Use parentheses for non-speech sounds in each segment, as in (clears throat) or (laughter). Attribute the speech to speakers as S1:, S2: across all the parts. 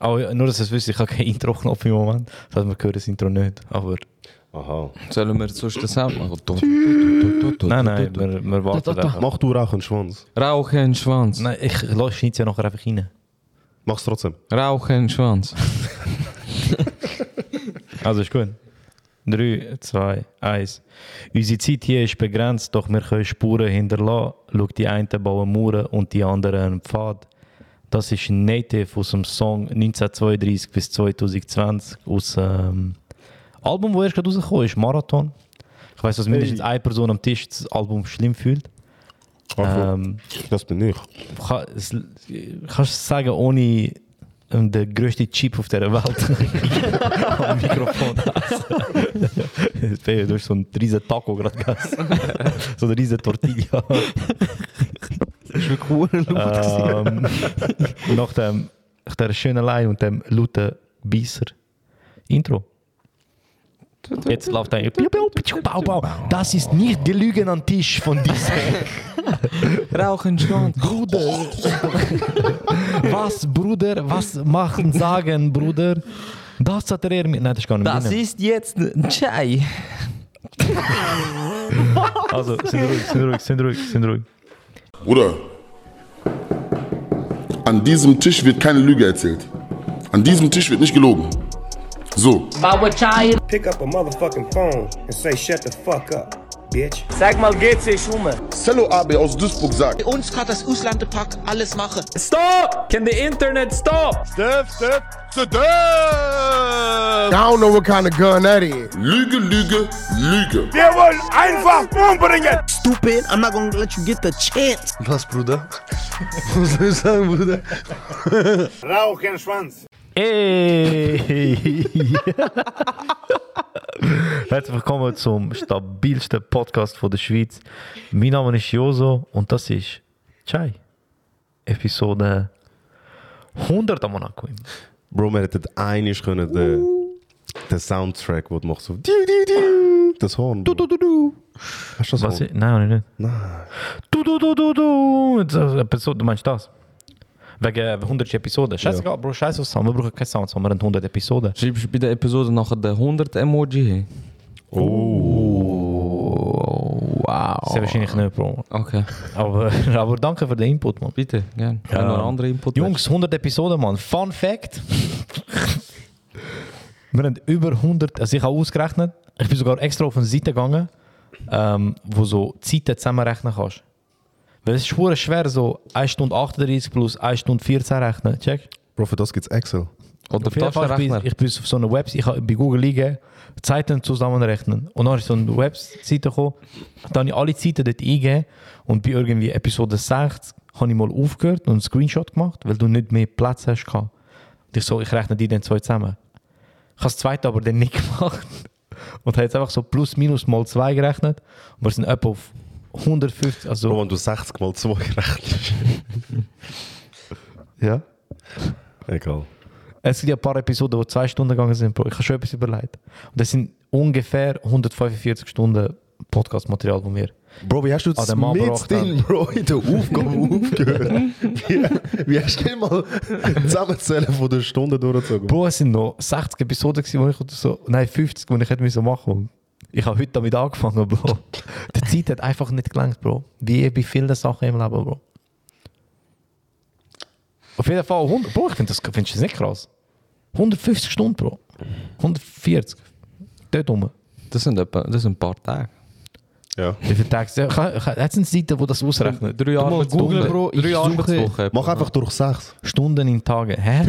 S1: Oh, ja, nur, dass ihr es wisst, ich habe keinen Intro-Knopf im Moment. Das heißt, wir hören das Intro nicht. Aber
S2: Aha.
S3: Sollen wir sonst den Sound machen?
S1: nein, nein, wir, wir warten
S3: Da, da, da.
S1: einfach.
S2: Mach du Rauch und Schwanz.
S3: Rauchen Schwanz.
S1: Nein, ich schneide es ja nachher einfach rein.
S2: Mach's trotzdem.
S3: Rauchen Schwanz.
S1: Also ist gut. 3, 2, 1. Unsere Zeit hier ist begrenzt, doch wir können Spuren hinterlassen. Schau, die einen bauen Mauern und die anderen einen Pfad. Das ist ein Native aus dem Song 1932 bis 2020 aus ähm, Album, wo erst gerade rausgekommen ist, Marathon. Ich weiß, dass mindestens eine Person am Tisch das Album schlimm fühlt. Ähm,
S2: Das bin ich.
S1: Ka- es- Kannst du es sagen, ohne ähm, der größte Chip auf der Welt? Am (laughs) Mikrofon. Peter, du hast so einen riesen Taco gerade gegessen. so eine riesen Tortilla.
S3: Das ist wirklich cool.
S1: ähm, nach, dem, nach der schönen Lei und dem lauten Beisser. ehm, Intro. Jetzt läuft ein. Bau, bau. Das ist nicht die Lügen am Tisch von diesem.
S3: Rauchen Schwanz.
S1: Bruder! was, Bruder? Was machen, sagen, Bruder? Das hat er mir. Nein, das ist gar nicht
S3: Das
S1: drin.
S3: ist jetzt ein Chai.
S1: Also, sind ruhig, sind ruhig, sind ruhig, sind ruhig.
S4: Bruder, an diesem Tisch wird keine Lüge erzählt. An diesem Tisch wird nicht gelogen. So,
S5: About what chai is.
S6: Pick up a motherfucking phone and say, shut the fuck up, bitch.
S5: Sag mal, geht's dir schon mal?
S4: Cello AB aus Duisburg sagt,
S7: uns kann das Auslandepark alles machen.
S8: Stop! Can the internet stop?
S9: I don't know what kind of gun that is.
S4: Lüge, Lüge, Lüge.
S7: Stupid, I'm not gonna let you get the chance.
S9: Was, Bruder? Was soll ich sagen, Bruder?
S1: Hey! Herzlich willkommen zum stabilsten Podcast von der Schweiz. Mein Name ist Joso und das ist Chai. Episode 100 am Monaco.
S2: Bro, wir hätten einiges können, den, den Soundtrack, wo du machst so. Diu, diu, diu. Das Horn. Du, du, du, du. Hast du das
S1: Was?
S2: Horn?
S1: ich- Nein, habe ich nicht. Du, du, du, du, du. Jetzt, äh, Episode, du meinst das? Wegen äh, 100 Episoden. Scheißegal, Bro, scheiß auf Sound. Wir brauchen keinen Sound, sondern wir haben 100 Episoden.
S3: Schreibst du bei der Episode nachher den 100 Emoji hin? Oh. Ah.
S1: Das ist ja wahrscheinlich nicht, Bro.
S3: Okay.
S1: Aber, (laughs) aber danke für den Input, Mann.
S3: Bitte, gerne. Ja. Noch andere Input.
S1: Jungs, 100 Episoden, Mann. Fun Fact. wir haben über 100, also ich habe ausgerechnet, ich bin sogar extra auf eine Seite gegangen, ähm, wo so Zeiten zusammenrechnen kannst. Weil es ist verdammt schwer, so 1 Stunde 38 plus 1 Stunde 14 rechnen, check?
S2: Bro, für das gibt's Excel.
S3: Oder
S1: Auf jeden Fall, ich bin,
S3: Taschenrechner.
S1: ich bin auf so einer Website, ich habe bei Google liegen, Zeiten zusammenrechnen. Und dann ist so eine Webseite gekommen, dann habe ich alle Zeiten dort eingegeben und bei irgendwie Episode 60 habe ich mal aufgehört und einen Screenshot gemacht, weil du nicht mehr Platz hast. gehabt. Und ich so, ich rechne die dann zwei zusammen. Ich habe das zweite aber dann nicht (laughs) gemacht und habe jetzt einfach so plus minus mal zwei gerechnet und wir sind etwa auf 150,
S2: Bro,
S1: also
S2: wenn du 60 mal (laughs) 2 gerechnest. ja? Egal.
S1: es gibt ja ein paar Episoden, die zwei Stunden gegangen sind, Bro. Ich habe schon etwas überlegt. Und das sind ungefähr 145 Stunden Podcast-Material von mir.
S9: Bro, wie hast du
S1: Ah,
S9: das
S1: der Mann braucht
S9: mit drin, Bro, in der Aufgabe aufgehört? wie, wie hast du denn mal zusammenzählen von der Stunde durchgezogen?
S1: Bro, es sind noch 60 Episoden, gewesen, wo ich oder so, nein, 50, die ich hätte müssen machen müssen. Ich habe heute damit angefangen, Bro. Die Zeit hat einfach nicht gelangt, Bro. Wie bei vielen Sachen im Leben, Bro. Auf jeden Fall 100, Bro, ich finde das, findest du das nicht krass. 150 Stunden, Bro. 140. Dort rum.
S3: Das sind, etwa, das sind ein paar Tage.
S2: Ja.
S1: Wie viele Tage? Hat es eine Seite, die das ausrechnet?
S3: Drei
S1: Du mal Google,
S3: Arbeitswochen.
S1: Bro. Ich
S3: Drei
S1: suche
S3: Arbeitswochen.
S2: Mach einfach durch 6.
S1: Stunden in Tagen. Hä?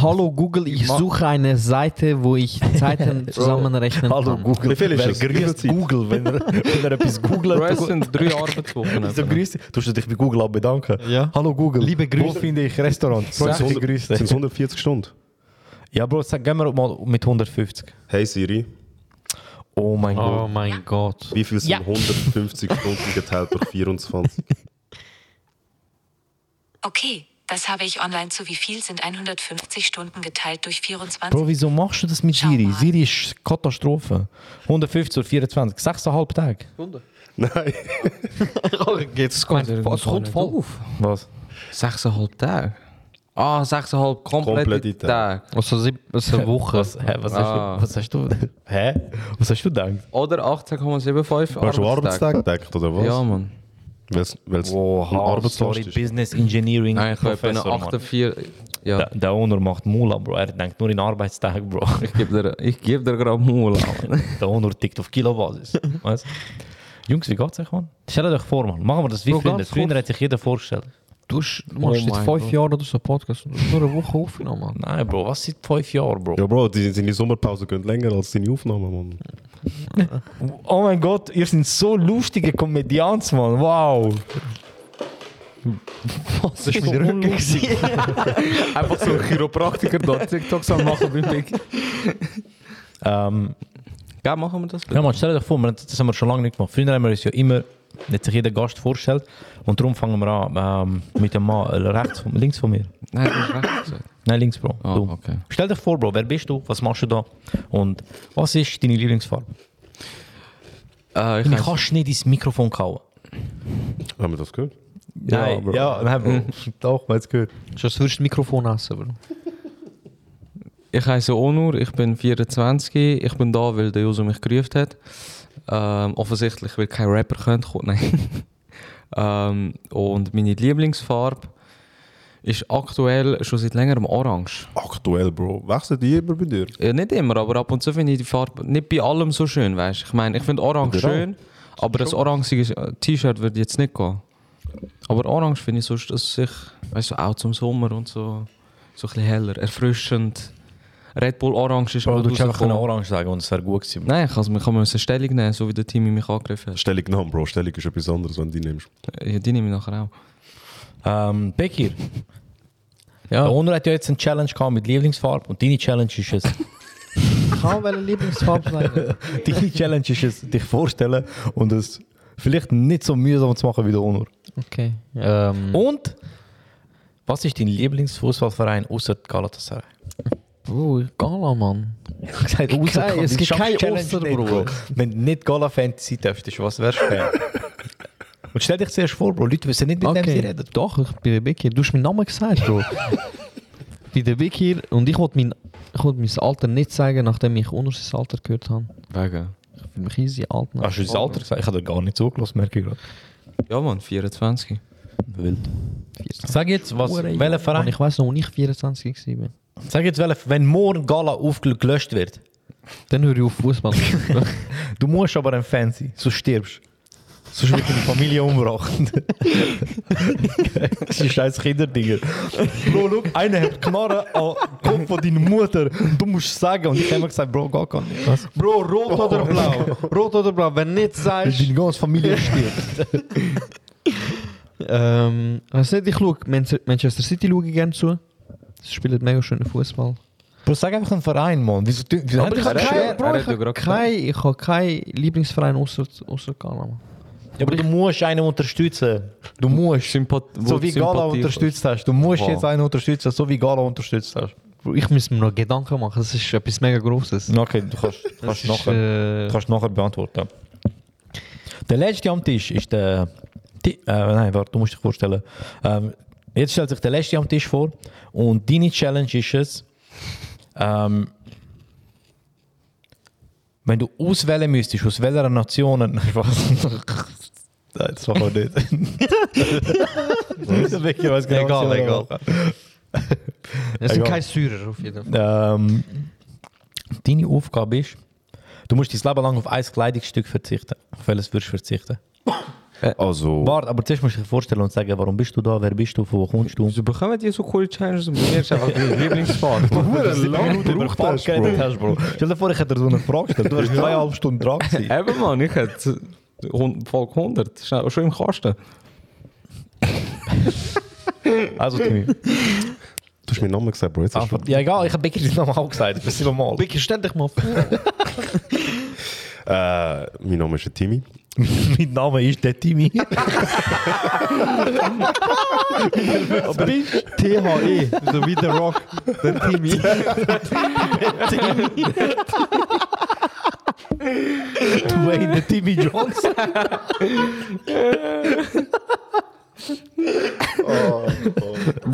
S3: Hallo Google, ich suche.
S10: eine Seite, wo ich Zeiten zusammenrechnen
S1: Hallo Google.
S2: Wie viel ist
S1: Wer
S2: es? Wie viel
S1: grüßt
S2: Zeit?
S1: Google, wenn er, wenn er etwas googelt?
S3: Bro, es
S1: (laughs)
S3: sind drei Arbeitswochen.
S1: So grüßt, du musst dich bei Google auch bedanken.
S3: Ja.
S1: Hallo Google.
S3: Liebe
S1: Wo
S3: Grüße.
S1: finde ich Restaurants? Bro, sag Grüße.
S2: Sind 140 Stunden?
S1: Ja, Bro, sag, gehen wir mal mit 150.
S2: Hey Siri,
S1: Oh mein Gott.
S3: mein Gott.
S2: wie viel sind 150 Stunden geteilt durch 24?
S11: Okay, das habe ich online zu wie viel sind 150 Stunden geteilt durch 24.
S1: Bro, wieso machst du das mit
S11: Schau
S1: Siri?
S11: mal.
S1: Siri ist Katastrophe. 150 zu 24, 6,5 Tage.
S2: Nein.
S3: Geht's kommt, es kommt voll auf.
S1: Was?
S3: 6,5 Tage. Ah, 6,5 komplette,
S2: Komplette Tage.
S3: Tage. Also, sieb,
S1: (laughs)
S3: also Woche.
S1: Was, hä, was,
S3: Ah.
S1: hast, du- was hast du? Hä? Was hast du gedacht?
S3: Oder 18,75
S2: Hast du
S3: Arbeitstage.
S2: Arbeitstag gedacht oder was?
S3: Ja, Mann.
S2: Weil's, weil's ein
S1: Oh, Sorry,
S2: Arbeitslast ist.
S1: Business Engineering
S3: Nein, ich habe
S1: Professor, Mann.
S3: 48. Ja,
S1: Der, der Owner macht Mula, Bro. Er denkt nur in Arbeitstag, (laughs) Bro.
S3: ich gebe dir, ich geb dir gerade Mula.
S1: der Owner tickt auf Kilobasis. Weißt? du? Jungs, wie geht's euch, Mann? Stell euch vor, Mann. Machen wir das wie
S3: Bro,
S1: früher.
S3: ganz
S1: Früher
S3: kurz.
S1: hat sich jeder vorgestellt.
S3: Du hast
S10: Du machst jetzt fünf Jahre oder so einen Podcast und du hast nur eine Woche aufgenommen. Mann.
S1: Nein, Bro, was seit fünf Jahren, Bro?
S2: Ja, Bro, die, seine Sommerpause geht länger als seine Aufnahmen, Mann.
S1: Oh mein Gott, ihr seid so lustige Komödiants, Mann. Wow.
S3: Das ist mein Rücken. Einfach so ein Chiropraktiker da TikToks am machen beim Pick.
S1: Ähm,
S3: Ja, machen wir das bitte.
S1: ja, Mann, stell dir vor, wir- das haben wir schon lange nicht gemacht. Früher haben wir uns ja immer, dass sich jeder Gast vorstellt. Und darum fangen wir an ähm, mit dem Mann äh, rechts, von- links von mir.
S3: Nein, du hast recht gesagt.
S1: Nein, links, Bro.
S3: Ah,
S1: du.
S3: okay.
S1: Stell dir vor, Bro, wer bist du? Was machst du da? Und was ist deine Lieblingsfarbe?
S3: Äh, ich
S1: Ich
S3: weiss-
S1: kannst nicht ins Mikrofon kauen.
S2: Haben wir das gehört?
S1: nein,
S2: Bro.
S1: ja, nein, Bro. Mhm. Doch, man hat's gehört.
S10: Sonst würdest du das Mikrofon essen, Bro.
S3: Ich heiße Onur, ich bin 24, ich bin da, weil der Josu mich gerufen hat. Ähm, offensichtlich, weil kein Rapper könnte kommen. Nein. (laughs) ähm, und meine Lieblingsfarbe ist aktuell schon seit längerem Orange.
S2: Aktuell, Bro. Wechseln die immer bei dir?
S3: Ja, nicht immer, aber ab und zu finde ich die Farbe nicht bei allem so schön, weißt du. Ich meine, ich finde Orange
S2: Ja,
S3: schön, aber das orangige äh, T-Shirt würde jetzt nicht gehen. Aber Orange finde ich sonst, dass sich, weißt du, auch zum Sommer und so, so ein bisschen heller, erfrischend. Red Bull Orange ist
S1: Bro, du
S3: halt
S1: hättest einfach können
S3: rausgekommen.
S1: orange sagen und es wäre gut gewesen.
S3: Nein, ich, also, ich kann mir eine Stellung nehmen, so wie der Timmy mich angegriffen hat.
S2: Stellung genommen, Bro. Stellung ist etwas anderes, wenn du die nimmst.
S3: Ja, die nehme ich nachher auch.
S1: Ähm, Bekir. Ja. Der Onur hat ja jetzt eine Challenge gehabt mit Lieblingsfarbe und deine Challenge ist es.
S10: Kann welche Lieblingsfarbe (laughs) sagen.
S1: deine Challenge ist es, dich vorstellen und es vielleicht nicht so mühsam zu machen wie der Onur.
S10: Okay. Ähm,
S1: Und Mhm. was ist dein Lieblingsfußballverein außer Galatasaray?
S10: oh, Gala, Mann.
S1: Ich hab gesagt,
S10: gibt
S1: Ausser-
S10: kein- es
S1: die
S10: gibt
S1: schaffst
S10: kein
S1: Challenge
S10: Ausser,
S1: nicht,
S10: Bro.
S1: Wenn du nicht Gala-Fantasy dürftest, was wärst du? Fan? Und stell dich zuerst vor, Bro, Leute wissen nicht, mit wem sie
S10: Okay.
S1: reden.
S10: Doch, ich bin der Bekir. Du hast meinen Namen gesagt, Bro. ich bin der Bekir und ich wollte mein, ich wollt mein Alter nicht sagen, nachdem ich unter sein Alter gehört habe.
S3: Wegen?
S10: Ich bin mich easy alt. Mann.
S1: Hast du dein Alter gesagt? Ich habe dir gar nicht zugelassen, merke ich gerade.
S3: Ja, Mann, 24.
S1: Wild. Sag jetzt, was,
S10: Hure,
S1: welcher
S10: Und
S1: Verein?
S10: ich weiß noch, als ich 24 war.
S1: Sag jetzt, welcher, wenn morgen Gala aufgel- gelöscht wird,
S10: Dann höre ich auf Fußball.
S1: du musst aber ein Fan sein, sonst stirbst Sonst wird deine Familie (laughs) umgebracht. das ist scheiß Kinderdinger. Bro, schau, einer hat Knarre an den Kopf von deiner Mutter. Du musst sagen. Und ich habe immer gesagt, Bro, gar kann nicht. Was?
S10: Bro, rot oder (laughs) blau? Rot oder blau? Wenn nicht sagst.
S1: Deine ganze Familie stirbt.
S10: Ähm, weiß nicht, ich schaue Manchester Manchester City schaue ich gerne zu. Sie spielen mega schönen Fußball.
S1: Bro, sag einfach einen Verein, Mann. Wieso, du- wieso
S10: Aber ich habe
S3: er hat-
S10: keinen
S3: er hat ja
S10: kein,
S3: gerade
S10: kein, ich hab keinen Lieblingsverein außer, außer Ghana. Mann.
S1: ja, aber du musst einen unterstützen. Du musst.
S3: Sympath
S1: So wie Gala unterstützt hast. Du musst
S3: Wow.
S1: jetzt einen unterstützen, so wie Gala unterstützt hast.
S10: Bro, Ich muss mir noch Gedanken machen. Das ist etwas mega Grosses.
S1: Okay, du kannst, du
S10: Das
S1: kannst,
S10: ist,
S1: nachher,
S10: äh,
S1: du kannst nachher beantworten. Der letzte am Tisch ist der. Ti- äh, nein, warte, du musst dich vorstellen. Ähm, jetzt stellt sich der letzte am Tisch vor und deine Challenge ist es, ähm, wenn du auswählen müsstest, aus welcher Nation. (laughs) Nein, was? Nein, das machen wir nicht. Was?
S10: Egal, egal. es sind
S1: egal.
S10: keine Syrer auf jeden Fall.
S1: Ähm, deine Aufgabe ist, du musst dein Leben lang auf ein Kleidungsstück verzichten. Auf welches würdest du verzichten?
S2: Also,
S1: Warte, aber zuerst musst du dich vorstellen und sagen, warum bist du da, wer bist du, von wo kommst du?
S3: Wieso bekommen die so coole Challenges und bei mir ist einfach die
S10: (laughs)
S3: Lieblingsfarbe?
S2: lange gebraucht hast, Bro.
S1: hast, Bro. Stell dir vor, ich hätte dir so eine Frage gestellt. Du warst zweieinhalb Stunden dran. gewesen.
S3: Eben, Mann, ich hätte hund- Folge 100, schnell, schon im Kasten.
S1: Also, (laughs) Timmy.
S2: Du hast meinen Namen gesagt, Bro. Jetzt hast du...
S1: Einfach, ja, egal, ich habe Becky deinen Namen auch gesagt. Das ist normal.
S10: Bitte stell dich mal vor.
S2: Äh, mein Name ist Timmy.
S1: mein Name ist der Timmy. aber bist
S10: THE, so wie The Rock,
S1: (laughs)
S10: der Timmy.
S1: Dwayne, der Timmy Johnson.
S9: Oh,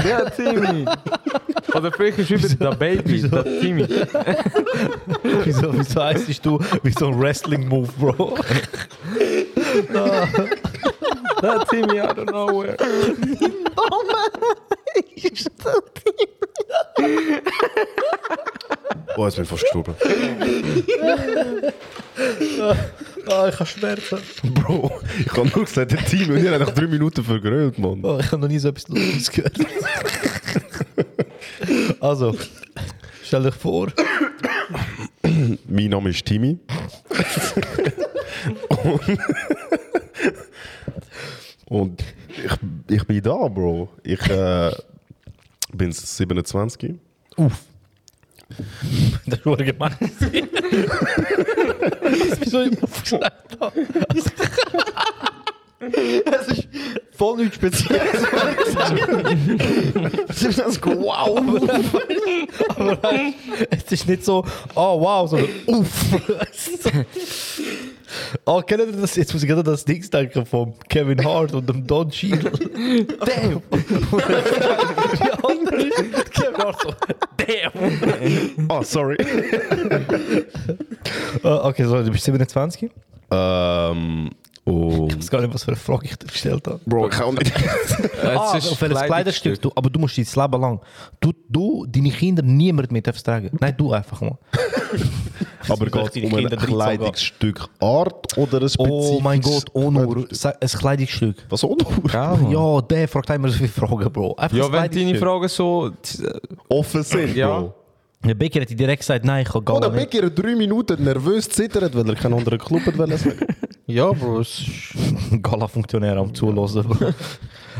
S3: Der Timmy! Oder vielleicht ist wieder der Baby, der Timmy.
S1: wieso, wieso heißt du wie so ein Wrestling-Move, Bro?
S3: Der Timmy out of nowhere.
S2: Oh, jetzt bin ich fast (laughs) gestorben.
S1: Ah, ich habe Schmerzen.
S2: Bro, ich habe nur gesagt, der Team, und ihr habt nach drei Minuten vergrölt, Mann.
S1: Oh, ich habe noch nie so etwas Lustiges gehört. also, stell dich vor.
S2: Mein Name ist Timmy. und und ich, ich bin da, Bro. Ich äh, bin 27.
S1: Uff. (laughs) Das ist wurde gemein. Wieso (laughs) ich aufgeschnappt habe.
S10: Es
S1: Also
S10: ist voll nichts Spezielles.
S1: Das ist das Wow. Aber, aber weißt, es ist nicht so, oh wow, sondern uff. Es ist so- Oh, kennt ihr das? Jetzt muss ich gerade an das Ding denken von Kevin Hart und dem Don Cheadle. Damn! (laughs) Und dann- die andere, Kevin Hart so, damn!
S2: Oh, sorry.
S1: Ah, Okay, so, du bist 27.
S2: ähm,
S1: Ich
S2: und.
S1: weiß gar nicht, was für eine Frage ich dir gestellt habe.
S2: Bro, ich kann nicht.
S1: Ah, auf welches Kleiderstück? Du, aber du musst dein Leben lang. Du, du deine Kinder niemand mehr darfst tragen. Nein, du einfach mal.
S2: Aber
S1: Jetzt muss ich
S2: geht
S1: die
S2: es um ein
S1: Kinder drin sagen.
S2: Kleidungsstück Art oder ein spezifisches...
S1: Oh mein Gott,
S2: (laughs)
S1: Onur, sa- ein Kleidungsstück.
S2: Was Onur?
S3: Ja, Mann.
S1: Ja, der fragt immer (laughs) so viele Fragen, Bro. Einfach
S3: ja,
S1: ein
S3: wenn deine
S1: Kleidungsstück.
S3: Fragen so. äh,
S2: Offen sind,
S3: Ja.
S2: Bro.
S1: Der Bäcker hat dir direkt gesagt, nein, ich kann gar
S9: der
S1: nicht.
S9: Becker hat drei Minuten nervös zittert, weil er keinen anderen Club hat wollen sagen.
S1: (laughs)
S10: ja, Bro, es ist
S1: Gala-Funktionär am Zulassen, (laughs) Bro.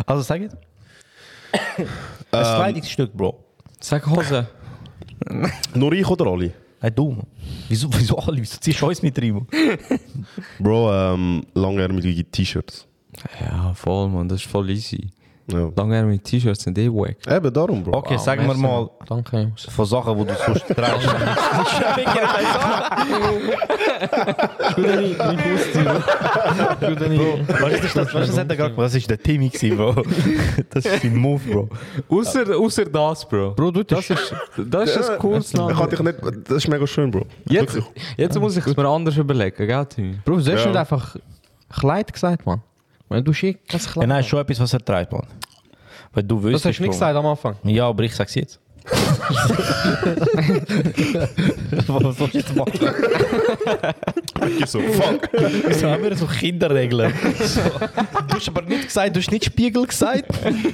S1: Also sag jetzt. Ehm, Ein Kleidungsstück, Bro.
S3: Sag Hose.
S2: (laughs) Nur ich oder alle?
S1: Hey, du. Mann. Wieso, wieso alle? Wieso ziehst du uns mit rein? Mann?
S2: Bro, ähm, langärmelige T-Shirts.
S3: Ja, voll, Mann, das ist voll easy.
S2: Ja.
S3: Langärmige T-Shirts sind eh wack.
S9: Eben darum, Bro.
S1: Okay, sagen wir
S3: merci.
S1: mal,
S10: danke. Jungs.
S1: von Sachen, die du sonst trägst. Weißt du, das, weißt du, das hat er gerade gemacht? Das war der Timmy, gewesen, Bro. (laughs) Das ist sein Move, Bro.
S3: Außer, außer das, Bro.
S10: Bro, du
S3: Das ist, das ist ein cooles
S2: Ich
S3: Name.
S2: kann dich nicht... Das ist mega schön, Bro.
S3: Jetzt,
S2: Wirklich.
S3: jetzt muss ich es mir anders überlegen, gell, Timmy?
S10: Bro, du hast
S2: Ja.
S10: nicht einfach Kleid gesagt, Mann. Wenn du schick, das
S1: Ja,
S10: Kleid.
S1: nein, schon etwas, was er trägt, Mann. Weil du
S10: das
S1: wüsstest,
S10: hast du nicht
S1: Bro.
S10: gesagt
S1: (laughs)
S10: am Anfang.
S1: Ja, aber ich sag's (laughs) jetzt. Was soll ich jetzt (laughs) machen?
S2: Wirklich so, fuck.
S1: Wieso haben wir so Kinderregeln? So. Du hast aber nicht gesagt,
S10: dus
S1: du hast nicht Spiegel gesagt.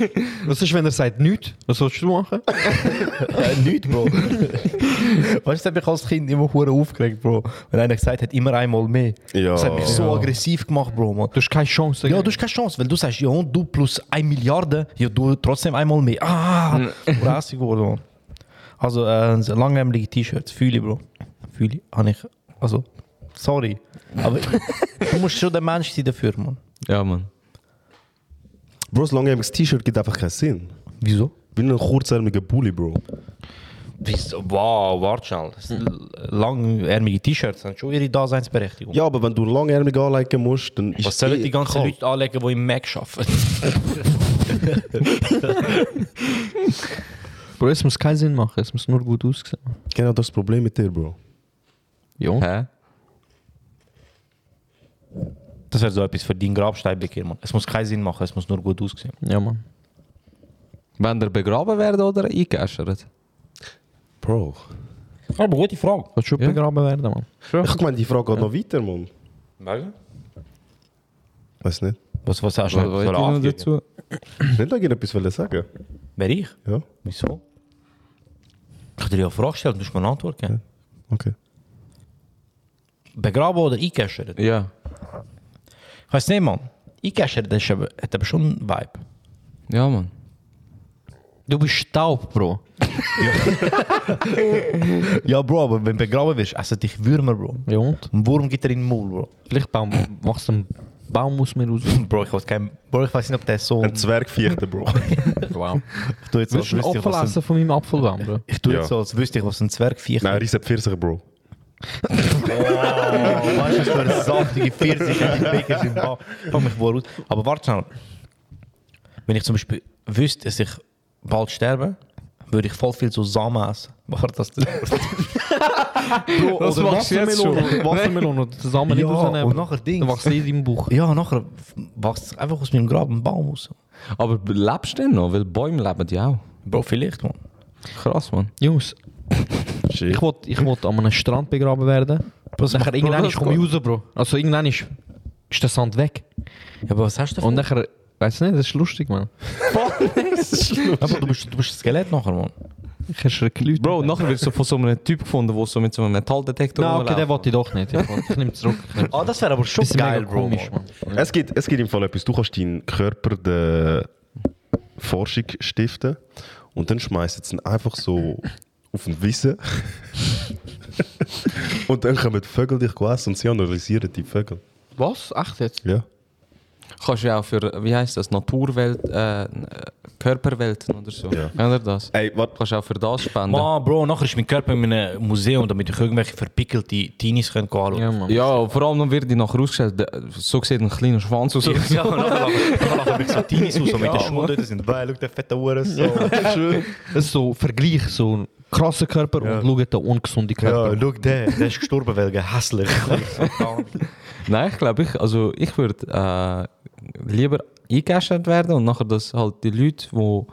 S1: (laughs)
S10: Was ist, wenn er sagt nichts? Was sollst du machen?
S1: Äh, nicht, Bro. (laughs) weißt du, das hat mich als Kind immer hure aufgeregt, Bro. Wenn einer gesagt hat, immer einmal mehr.
S2: Ja.
S1: Das hat mich so
S10: Ja.
S1: aggressiv gemacht, Bro, Mann.
S10: Du hast keine Chance.
S1: Ja, du hast keine Chance, dus weil du sagst, ja, und du plus 1 Milliarde, ja, du trotzdem einmal mehr. Ah, rassig geworden, Mann. Also, äh, so langärmelige T-Shirts, fühle ich, Bro. Ah, Fühle ich. Habe ich, also, oh. sorry. Ah,
S10: (laughs)
S1: Aber du musst schon der Mensch sein dafür, Mann.
S3: Ja, Mann.
S2: Bro, das langärmiges T-Shirt gibt einfach keinen Sinn.
S1: Wieso?
S2: Ich bin ein kurzärmiger Bulli, Bro.
S1: Wieso? Wow, warte schnell. Das- Langärmige T-Shirts haben schon ihre Daseinsberechtigung.
S2: Ja, aber wenn du langärmig anlegen musst, dann ist
S1: Was sollen
S2: eh
S1: die ganzen
S2: kalt.
S1: Leute anlegen, die im Mac arbeiten?
S10: Bro, es muss keinen Sinn machen. Es muss nur gut aussehen.
S2: Genau das ist das Problem mit dir, Bro.
S10: Ja.
S3: Hä?
S1: (laughs) Das wäre so etwas für deinen Grabstein, Bekir, Mann. Es muss keinen Sinn machen, es muss nur gut aussehen.
S10: Ja, Mann.
S3: Wenn der begraben werden oder eingeäschert?
S2: Bro.
S1: Aber gute Frage.
S10: Kannst schon
S3: Ja.
S10: begraben werden, Mann.
S2: Ich meine, die Frage geht noch weiter, Mann. Weiß nicht.
S1: Was, was hast du
S3: Was wollt ihr noch dazu?
S2: Nicht irgendetwas wollen sagen.
S1: Wer ich?
S2: Ja,
S1: Wieso? Ich habe dir ja eine Frage gestellt, du musst mir eine Antwort geben.
S2: okay.
S1: Begraben oder eingeschert?
S3: Ja.
S1: Ich weiß nicht, Mann. Eingeschert ist aber- hat aber schon einen Vibe.
S3: Ja, Mann.
S10: Du bist Staub, Bro.
S1: Ja, Bro, aber wenn du begraben wirst, essen dich Würmer, Bro.
S10: Ja, und?
S1: Ein Wurm gibt dir in den Maul, Bro.
S10: Vielleicht baum, machst du einen Baum aus mir raus.
S1: (laughs) Bro, ich weiß kein, Bro, ich weiß nicht, ob der so...
S2: Ein Zwergviechter, (laughs) Bro.
S10: Wow.
S1: Ich tue jetzt so, als
S10: Willst du
S1: wüsste
S10: einen
S1: ich,
S10: Apfel
S1: was
S10: essen
S1: ein,
S10: von meinem Apfelbaum, Bro?
S1: ich tue
S2: Ja.
S1: jetzt so, als wüsste ich, was ein Zwergviech
S2: Nein, riesen Pfirsiche, Bro.
S1: Oh, weißt du, was für eine saftige Pfirsich in die Bäcker sind. Komm mich wohl raus. Aber warte schnell. Wenn ich zum Beispiel wüsste, dass ich bald sterbe, würde ich voll viel so Samen essen. (laughs) Mach das (laughs)
S10: Bro,
S1: Das
S10: oder
S1: machst du jetzt schon.
S10: Wassermelone, Wassermelone oder zusammen
S1: Ja,
S10: rausnehmen.
S1: und nachher Dings.
S10: Dann wachst du in deinem Bauch.
S1: Ja, nachher wächst es einfach aus meinem Grab ein Baum raus.
S3: Aber lebst du denn noch? Weil Bäume leben ja auch.
S1: Bro, vielleicht, man.
S3: Krass, man.
S10: Jungs, ich wollte ich wollt an einem Strand begraben werden.
S1: Was
S10: nachher
S1: macht-
S10: irgendwann
S1: Bro, das
S10: komme ich raus, Bro. Also irgendwann ist, ist der Sand weg.
S1: Ja, aber was hast du
S10: Und
S1: davon?
S10: nachher, weißt du nicht, das ist lustig, man.
S1: Aber du bist, du bist ein Skelett nachher, man.
S10: Ich erschrecke Leute.
S3: Bro, nachher wirst du von so einem Typ gefunden, der so mit so einem Metalldetektor
S10: Nein, okay, den
S3: rumläuft.
S10: wollte ich doch nicht. Ich, wollt- ich nehme zurück. (laughs) Ich nehm's
S1: Ah, das wäre aber schon
S10: Das ist mega
S1: geil, Bro.
S10: komisch,
S1: man.
S2: Es gibt, es gibt im Fall etwas. Du kannst deinen Körper der Forschung stiften und dann schmeißt jetzt ihn einfach (laughs) so auf den Wissen. (laughs) und dann kommen die Vögel dich essen und sie analysieren die Vögel.
S10: Was? Echt jetzt?
S2: Ja.
S3: Kannst du ja auch für, wie heißt das, Naturwelt, äh, äh, Körperwelten oder so.
S2: Ja.
S3: Kennt ihr das?
S2: Ey, warte.
S3: Kannst du auch für das spenden.
S1: Man, Bro, nachher ist mein Körper in einem Museum, damit ich irgendwelche verpickelte Teenies können anschauen
S10: Ja, man.
S3: Ja, vor allem dann wird die nachher ausgestellt, der- so sieht ein kleiner Schwanz aus.
S1: Ja, und nachher lachen- nachher ich so Teenies aus, so mit den Schuhen dort sind. Weil, schau, der fette Uhren so.
S10: Das ist so Vergleich, so ein krasser Körper und schaut den ungesunden Körper.
S1: Ja, schau, der, der ist gestorben wegen hässlich.
S3: Nein, ich glaube, ich, also ich würde äh, lieber eingeschert werden und nachher, dass halt die Leute, wo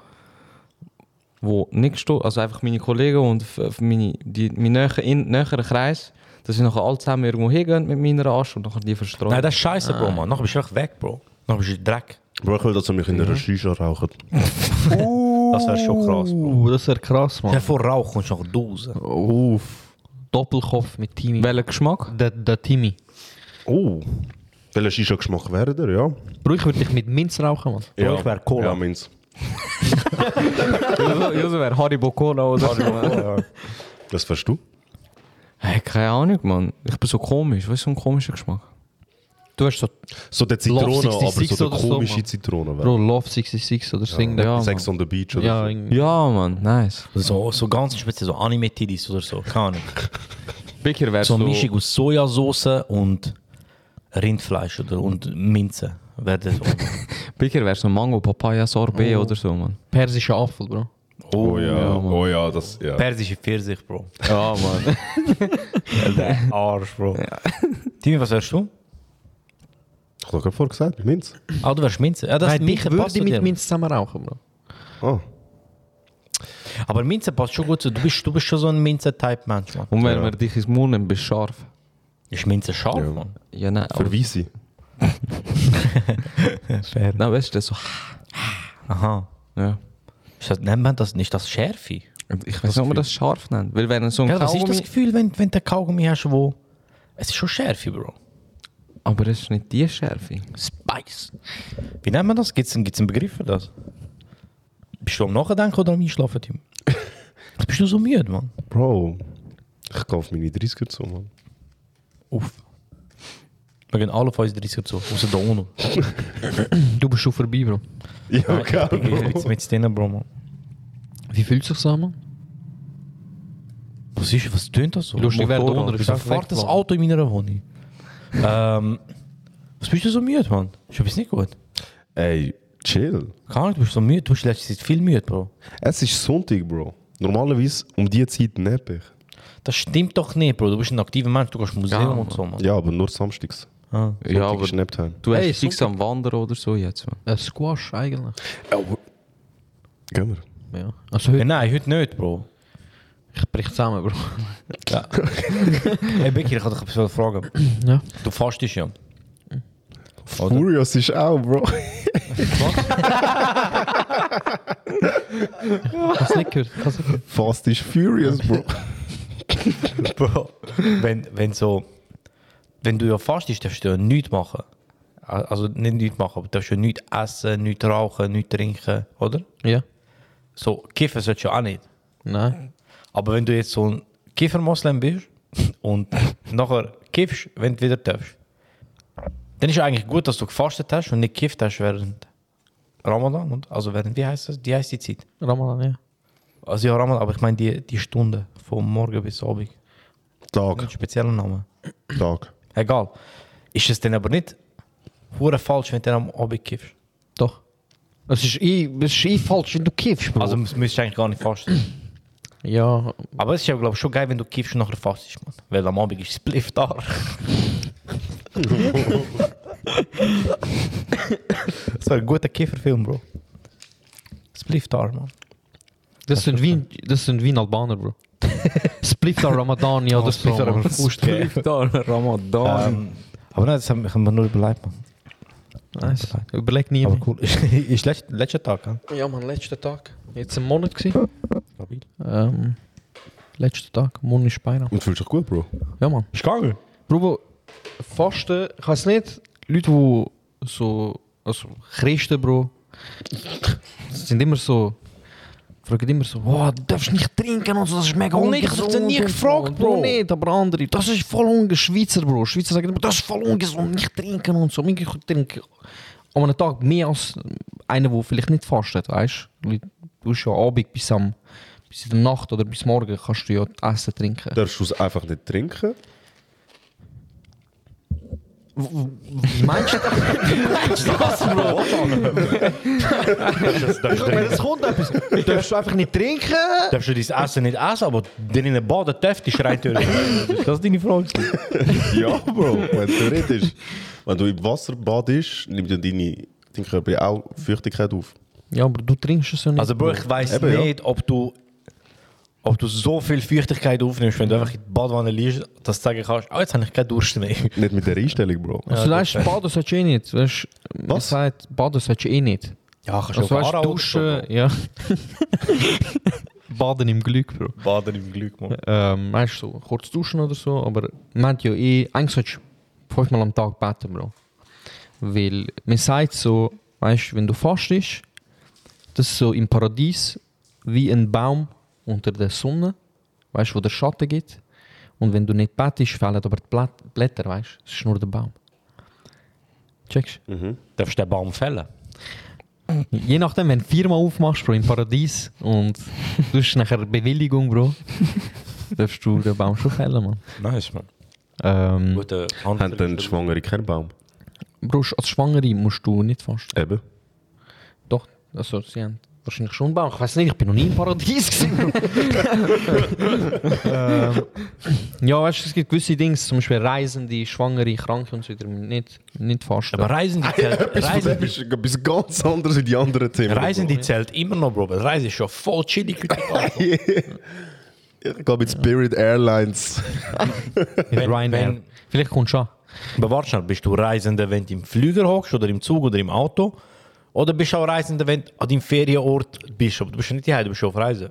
S3: wo nicht gestorben, also einfach meine Kollegen und f- f- meine, die, mein näher, in, näheren Kreis, dass sie nachher alle zusammen irgendwo hingehen mit meiner Asche und nachher die verstreuen.
S1: Nein, das ist scheiße, Bro, man. Nachher bist du echt weg, Bro. Nachher bist du Dreck.
S2: Bro, ich will, dass ihr mich in einer Shisha rauchen.
S1: Das wäre schon krass, Bro.
S10: Uh, das wäre krass,
S1: Stell
S10: man.
S1: dir vor, Rauch kommst du nachher raus.
S2: Uff.
S10: Doppelkopf mit Timmy.
S3: Welcher (laughs) Geschmack?
S10: Der, der Timmy.
S2: Oh. Welcher Shisha-Geschmack wäre der, ja?
S10: Bro, ich würde dich mit Minz rauchen, man.
S1: Bro, ich wär Cola.
S2: Ja, meins.
S3: Jose wäre Haribo Cola oder so.
S2: Das wärst du?
S3: Hey, keine Ahnung, Mann. Ich bin so komisch. Was ist so ein komischer Geschmack?
S10: Du hast so,
S2: So der Zitrone,
S10: Love
S2: aber
S10: 66
S2: so
S10: oder
S2: der
S10: so,
S2: komische
S10: Mann.
S2: Zitrone.
S10: Bro,
S2: Bro.
S10: Love 66 oder so. irgendein-
S3: Ja,
S2: Sex on the Beach oder
S10: Ja,
S2: so.
S10: irgendwie.
S3: Ja, Mann, nice.
S1: So, so ganz speziell, so Anime-Tiddies oder so. Keine Ahnung.
S3: Bicker wäre
S1: So
S3: so...
S1: eine Mischung aus Sojasauce und Rindfleisch oder und Minze. Wäre das so.
S3: Bicker wäre so Mango, Papaya, Sorbet oder so, Mann.
S10: persischer Apfel, Bro.
S2: Oh ja, oh ja, das, ja.
S1: Persische Pfirsich, Bro.
S3: Ja,
S1: (laughs)
S3: Mann.
S1: Arsch, Bro. Timmy, was wärst du?
S2: Ich hab grad vorher gesagt, meins.
S1: Ah, du wärst Minze. Ja, das Minze passt zu dir.
S10: zusammen rauchen, Bro.
S2: Ah.
S1: Aber Minze passt schon gut zu. Du bist, du bist schon so ein Minze-Type-Mensch, Mann.
S3: Und wenn wir dich ins Mund nehmen, bist du scharf.
S1: Ist Minze scharf,
S2: Ja.
S1: Mann?
S3: Ja, nein. aber-
S2: Für Weisse.
S1: Fair.
S3: Nein, weißt du, das so...
S1: Aha.
S3: Ja.
S1: Ist das, nennt man das nicht das Schärfe?
S3: Und Ich weiß nicht, ob man das scharf nennt. Weil wenn er so ein
S1: Ja, was ist
S3: Kaugummi-
S1: das Gefühl, wenn, wenn du einen Kaugummi hast, wo... Es ist schon Schärfe, Bro.
S3: Aber es ist nicht die Schärfe.
S1: Spice. Wie nennt man das? Gibt es einen, gibt's einen Begriff für das? Bist du am Nachdenken oder am Einschlafen, (laughs) Tim? Jetzt bist du so müde, Mann.
S2: Bro, ich kaufe meine 30er zu, Mann.
S1: Uff. Wir gehen alle auf uns 30 zu, außer der (laughs) UNO.
S10: Du bist schon vorbei, Bro.
S2: Ja,
S1: Jetzt mit denen, Bro, Mann.
S10: Wie fühlt sich zusammen?
S1: Was ist, was tönt das so?
S10: Lustig wäre
S3: Motorrad.
S10: drunter.
S1: Wieso fährt das Auto in meiner Wohnung? ähm, was bist du so müde, Mann? Ist etwas nicht gut?
S2: Ey, chill.
S1: Keine Ahnung, du bist so müde, du bist letzte Zeit viel müde, Bro.
S2: Es ist Sonntag, Bro. Normalerweise um die Zeit nepp ich.
S1: Das stimmt doch nicht, Bro. Du bist ein aktiver Mensch, du gehst ins Museum
S3: Ja,
S1: und so, Mann.
S2: Ja, aber nur samstags.
S3: Ja, aber ne-
S2: Ich schnappt heim.
S3: du hast
S10: Ey,
S3: fix am Wandern oder so jetzt. Mann.
S10: Ein Eh, Squash eigentlich.
S2: Gehen wir.
S10: Ja. Also
S1: Ja,
S10: heute,
S1: nein, heute nicht, Bro.
S10: ich brich zusammen, Bro. (laughs)
S1: Hey, Becky, ich hatte dich etwas fragen.
S10: Ja.
S1: Du fastest ja.
S2: Furious ist auch, Bro.
S10: Hast du nicht gehört? Hast du gehört?
S2: Fast ist Furious, Bro.
S1: Bro, wenn, wenn so, wenn du ja fastest, darfst du ja nichts machen. A- Also nicht nichts machen, aber du darfst ja nichts essen, nichts rauchen, nichts trinken, oder?
S10: Ja.
S1: So, kiffen sollst du ja auch nicht.
S10: Nein.
S1: Aber wenn du jetzt so ein Kiffer-Moslem bist (laughs) und nachher kiffst, wenn du wieder darfst, dann ist eigentlich gut, dass du gefastet hast und nicht gekifft hast während Ramadan. Und, also während, wie heißt das? Die heißt die Zeit.
S10: Ramadan, ja.
S1: Also ja, Ramadan, aber ich meine die, die Stunde von morgen bis Abend. Ein
S2: Tag,
S1: spezieller Name.
S2: Tag.
S1: Egal. Ist es dann aber nicht hure falsch, wenn du dann am Abend kiffst?
S10: Doch. Es ist eh, es ist eh falsch, wenn du kiffst, Bro.
S1: Also das müsstest du eigentlich gar nicht fasten.
S10: ja.
S1: Aber es ist ja, glaube ich, schon geil, wenn du kiffst und nachher fastest, Mann. Weil am Abend ist (laughs) das Spliff da. das wäre ein guter Kifferfilm, Bro. Spliff da, Mann.
S10: Das sind wie, das sind wie ein Albaner, (laughs) Bro. Spliftar Ramadan, ja, das Bro.
S3: (laughs)
S10: Mann.
S3: Spliftar Ramadan.
S1: Ähm, aber nein, das haben haben wir nur überlegt, Mann.
S10: Nice. Überleg nie.
S1: Aber cool. (laughs) ist letzt, letzter Tag, gell?
S10: Ja, man, letzter Tag. Jetzt ein Monat gewesen. Ähm, letzter Tag, Monat ist beinahe.
S2: Und fühlst dich gut, Bro?
S10: Ja, man.
S1: Ist gegangen.
S10: Bro, Fasten, ich weiß nicht, Leute, die so, also Christen, Bro, sind immer so, fragen immer so, oh, du darfst nicht trinken und so, das ist mega
S1: Und ich hab's
S10: ungesund.
S1: nie
S10: und so.
S1: gefragt,
S10: Du
S1: Bro.
S10: nicht, aber andere, das ist voll ungesund, Schweizer, Bro, Schweizer sagen immer, das ist voll ungesund, nicht trinken und so. Und Ich trinke an einem Tag mehr als einer, der vielleicht nicht fastet, weißt du? Du hast ja Abend bis am, bis in der Nacht oder bis morgen kannst du ja essen, trinken.
S2: Darfst du es einfach nicht trinken?
S10: Wie meinst du das? Wie meinst du das, Bro? Wenn es kommt etwas, darfst du einfach nicht trinken?
S1: Darfst du dein Essen nicht essen, aber den in den Baden dürftest rein theoretisch. Das ist deine Frage.
S2: ja, Bro. Wenn theoretisch. Wenn du im Wasser badest, nimmt ja deine, dein Körper ja auch Feuchtigkeit auf.
S10: Ja, aber du trinkst es ja nicht.
S1: Also Bro, ich weiss
S2: Eben, ja.
S1: nicht, ob du ob du so viel Feuchtigkeit aufnimmst, wenn du einfach in die Badwanne liegst, dass du sagen kannst, oh, jetzt habe ich keinen Durst mehr.
S2: Nicht mit der Einstellung, Bro.
S10: also, du weißt, Baden sollst du eh nicht. Weißt, man
S2: Was?
S10: sagt, Baden sollst du eh nicht.
S1: (laughs) Ja, kannst
S10: Also, weißt,
S1: Aarau oder so,
S10: duschen, ja. Baden im Glück, Bro.
S1: Bro. Baden im Glück, Mann.
S10: Ähm, weißt du, so, kurz duschen oder so, aber man hat ja eh, eigentlich sollst du fünfmal am Tag beten, Bro. Weil man sagt so, weißt du, wenn du fastest, das ist so im Paradies wie ein Baum unter der Sonne, weißt du, wo der Schatten gibt. Und wenn du nicht betest, fehlen aber die Blatt- Blätter, weißt du, es ist nur der Baum. Checkst du?
S1: Darfst du den Baum fällen?
S10: Je nachdem, wenn du viermal aufmachst, Bro, im Paradies und du hast nachher Bewilligung, Bro, darfst du den Baum schon fällen, Mann.
S1: Nice, Mann.
S10: Ähm,
S1: Gute
S2: Haben dann Schwangere keinen Baum?
S10: Bro, als Schwangere musst du nicht fasten.
S2: Eben.
S10: Doch, also sie haben wahrscheinlich schon einen Baum. Ich weiß nicht, ich bin noch nie im Paradies gewesen. Bro. ähm, ja, weißt du, es gibt gewisse Dinge, zum Beispiel Reisende, Schwangere, Kranke und so weiter, nicht, nicht fasten.
S1: Aber Reisende zählt,
S2: Etwas von dem
S1: Reisende,
S2: ist etwas ganz anderes in die anderen Themen.
S1: Reisende zählt immer noch, Bro. weil Reisen ist schon voll chillig. heute.
S2: Ich glaube, mit Spirit Airlines.
S10: Mit
S1: wenn-
S10: Ryanair.
S1: wenn-
S10: Vielleicht kommst du an.
S1: Aber warte schnell, bist du Reisender, wenn du im Flüger hockst oder im Zug oder im Auto? Oder bist du auch Reisender, wenn du an deinem Ferienort bist? Aber du bist ja nicht hier, du bist ja auf Reisen.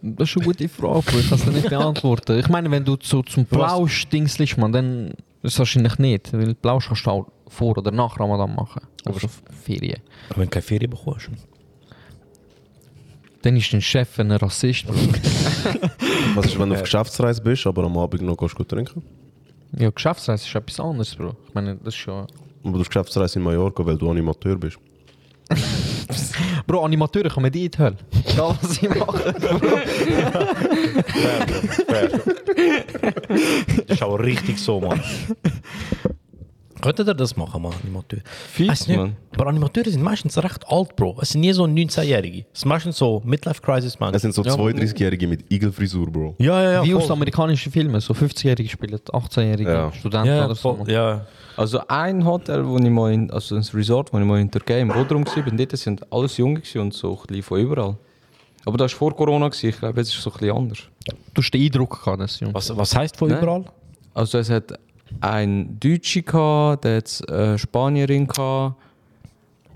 S10: Das ist eine gute Frage, Bro. ich kann es dir nicht beantworten. Ich meine, wenn du zu, zum Plausch dingslist, man, dann ist es wahrscheinlich nicht, weil Plausch kannst du auch vor oder nach Ramadan machen, also Ferien.
S1: Aber wenn du keine Ferien bekommst.
S10: Dann ist dein Chef ein Rassist, Bro.
S2: Was ist, wenn du auf Geschäftsreise bist, aber am Abend noch gehst du gut trinken?
S10: Ja, Geschäftsreise ist etwas anderes, Bro. Ich meine, das ist ja.
S2: Aber du hast Geschäftsreise in Mallorca, weil du Animateur bist.
S10: Bro, Animateure kommen die in die Hölle. Egal, was sie machen.
S1: Das ist auch richtig so, Mann. (laughs) Könntet ihr das machen, Mann, Animateur?
S3: Fix,
S1: Weiss nicht,
S3: Mann.
S1: Aber Animateure sind meistens recht alt, Bro. Es sind nie so 19-Jährige. Es sind meistens so Midlife-Crisis-Männer.
S2: Es sind so 32-Jährige mit Igelfrisur, Bro.
S1: Ja, ja, ja.
S10: Wie
S1: voll.
S10: aus amerikanischen Filmen, so 50-Jährige spielen, 18-Jährige
S2: Ja.
S10: Studenten
S1: Ja, ja,
S10: oder so.
S1: voll. ja.
S3: Also ein Hotel, wo ich mal in, also ein Resort, wo ich mal in Türkei im Bodrum war, bin, dort sind alles Junge gewesen und so ein bisschen von überall. Aber das war vor Corona, gewesen. ich glaube, jetzt ist es so ein bisschen anders.
S10: Du hast den Eindruck gehabt, dass Jungs.
S1: Was, was heißt von
S3: Nein.
S1: überall?
S3: Also es hat ein Deutsche gehabt, der hat eine Spanierin gehabt,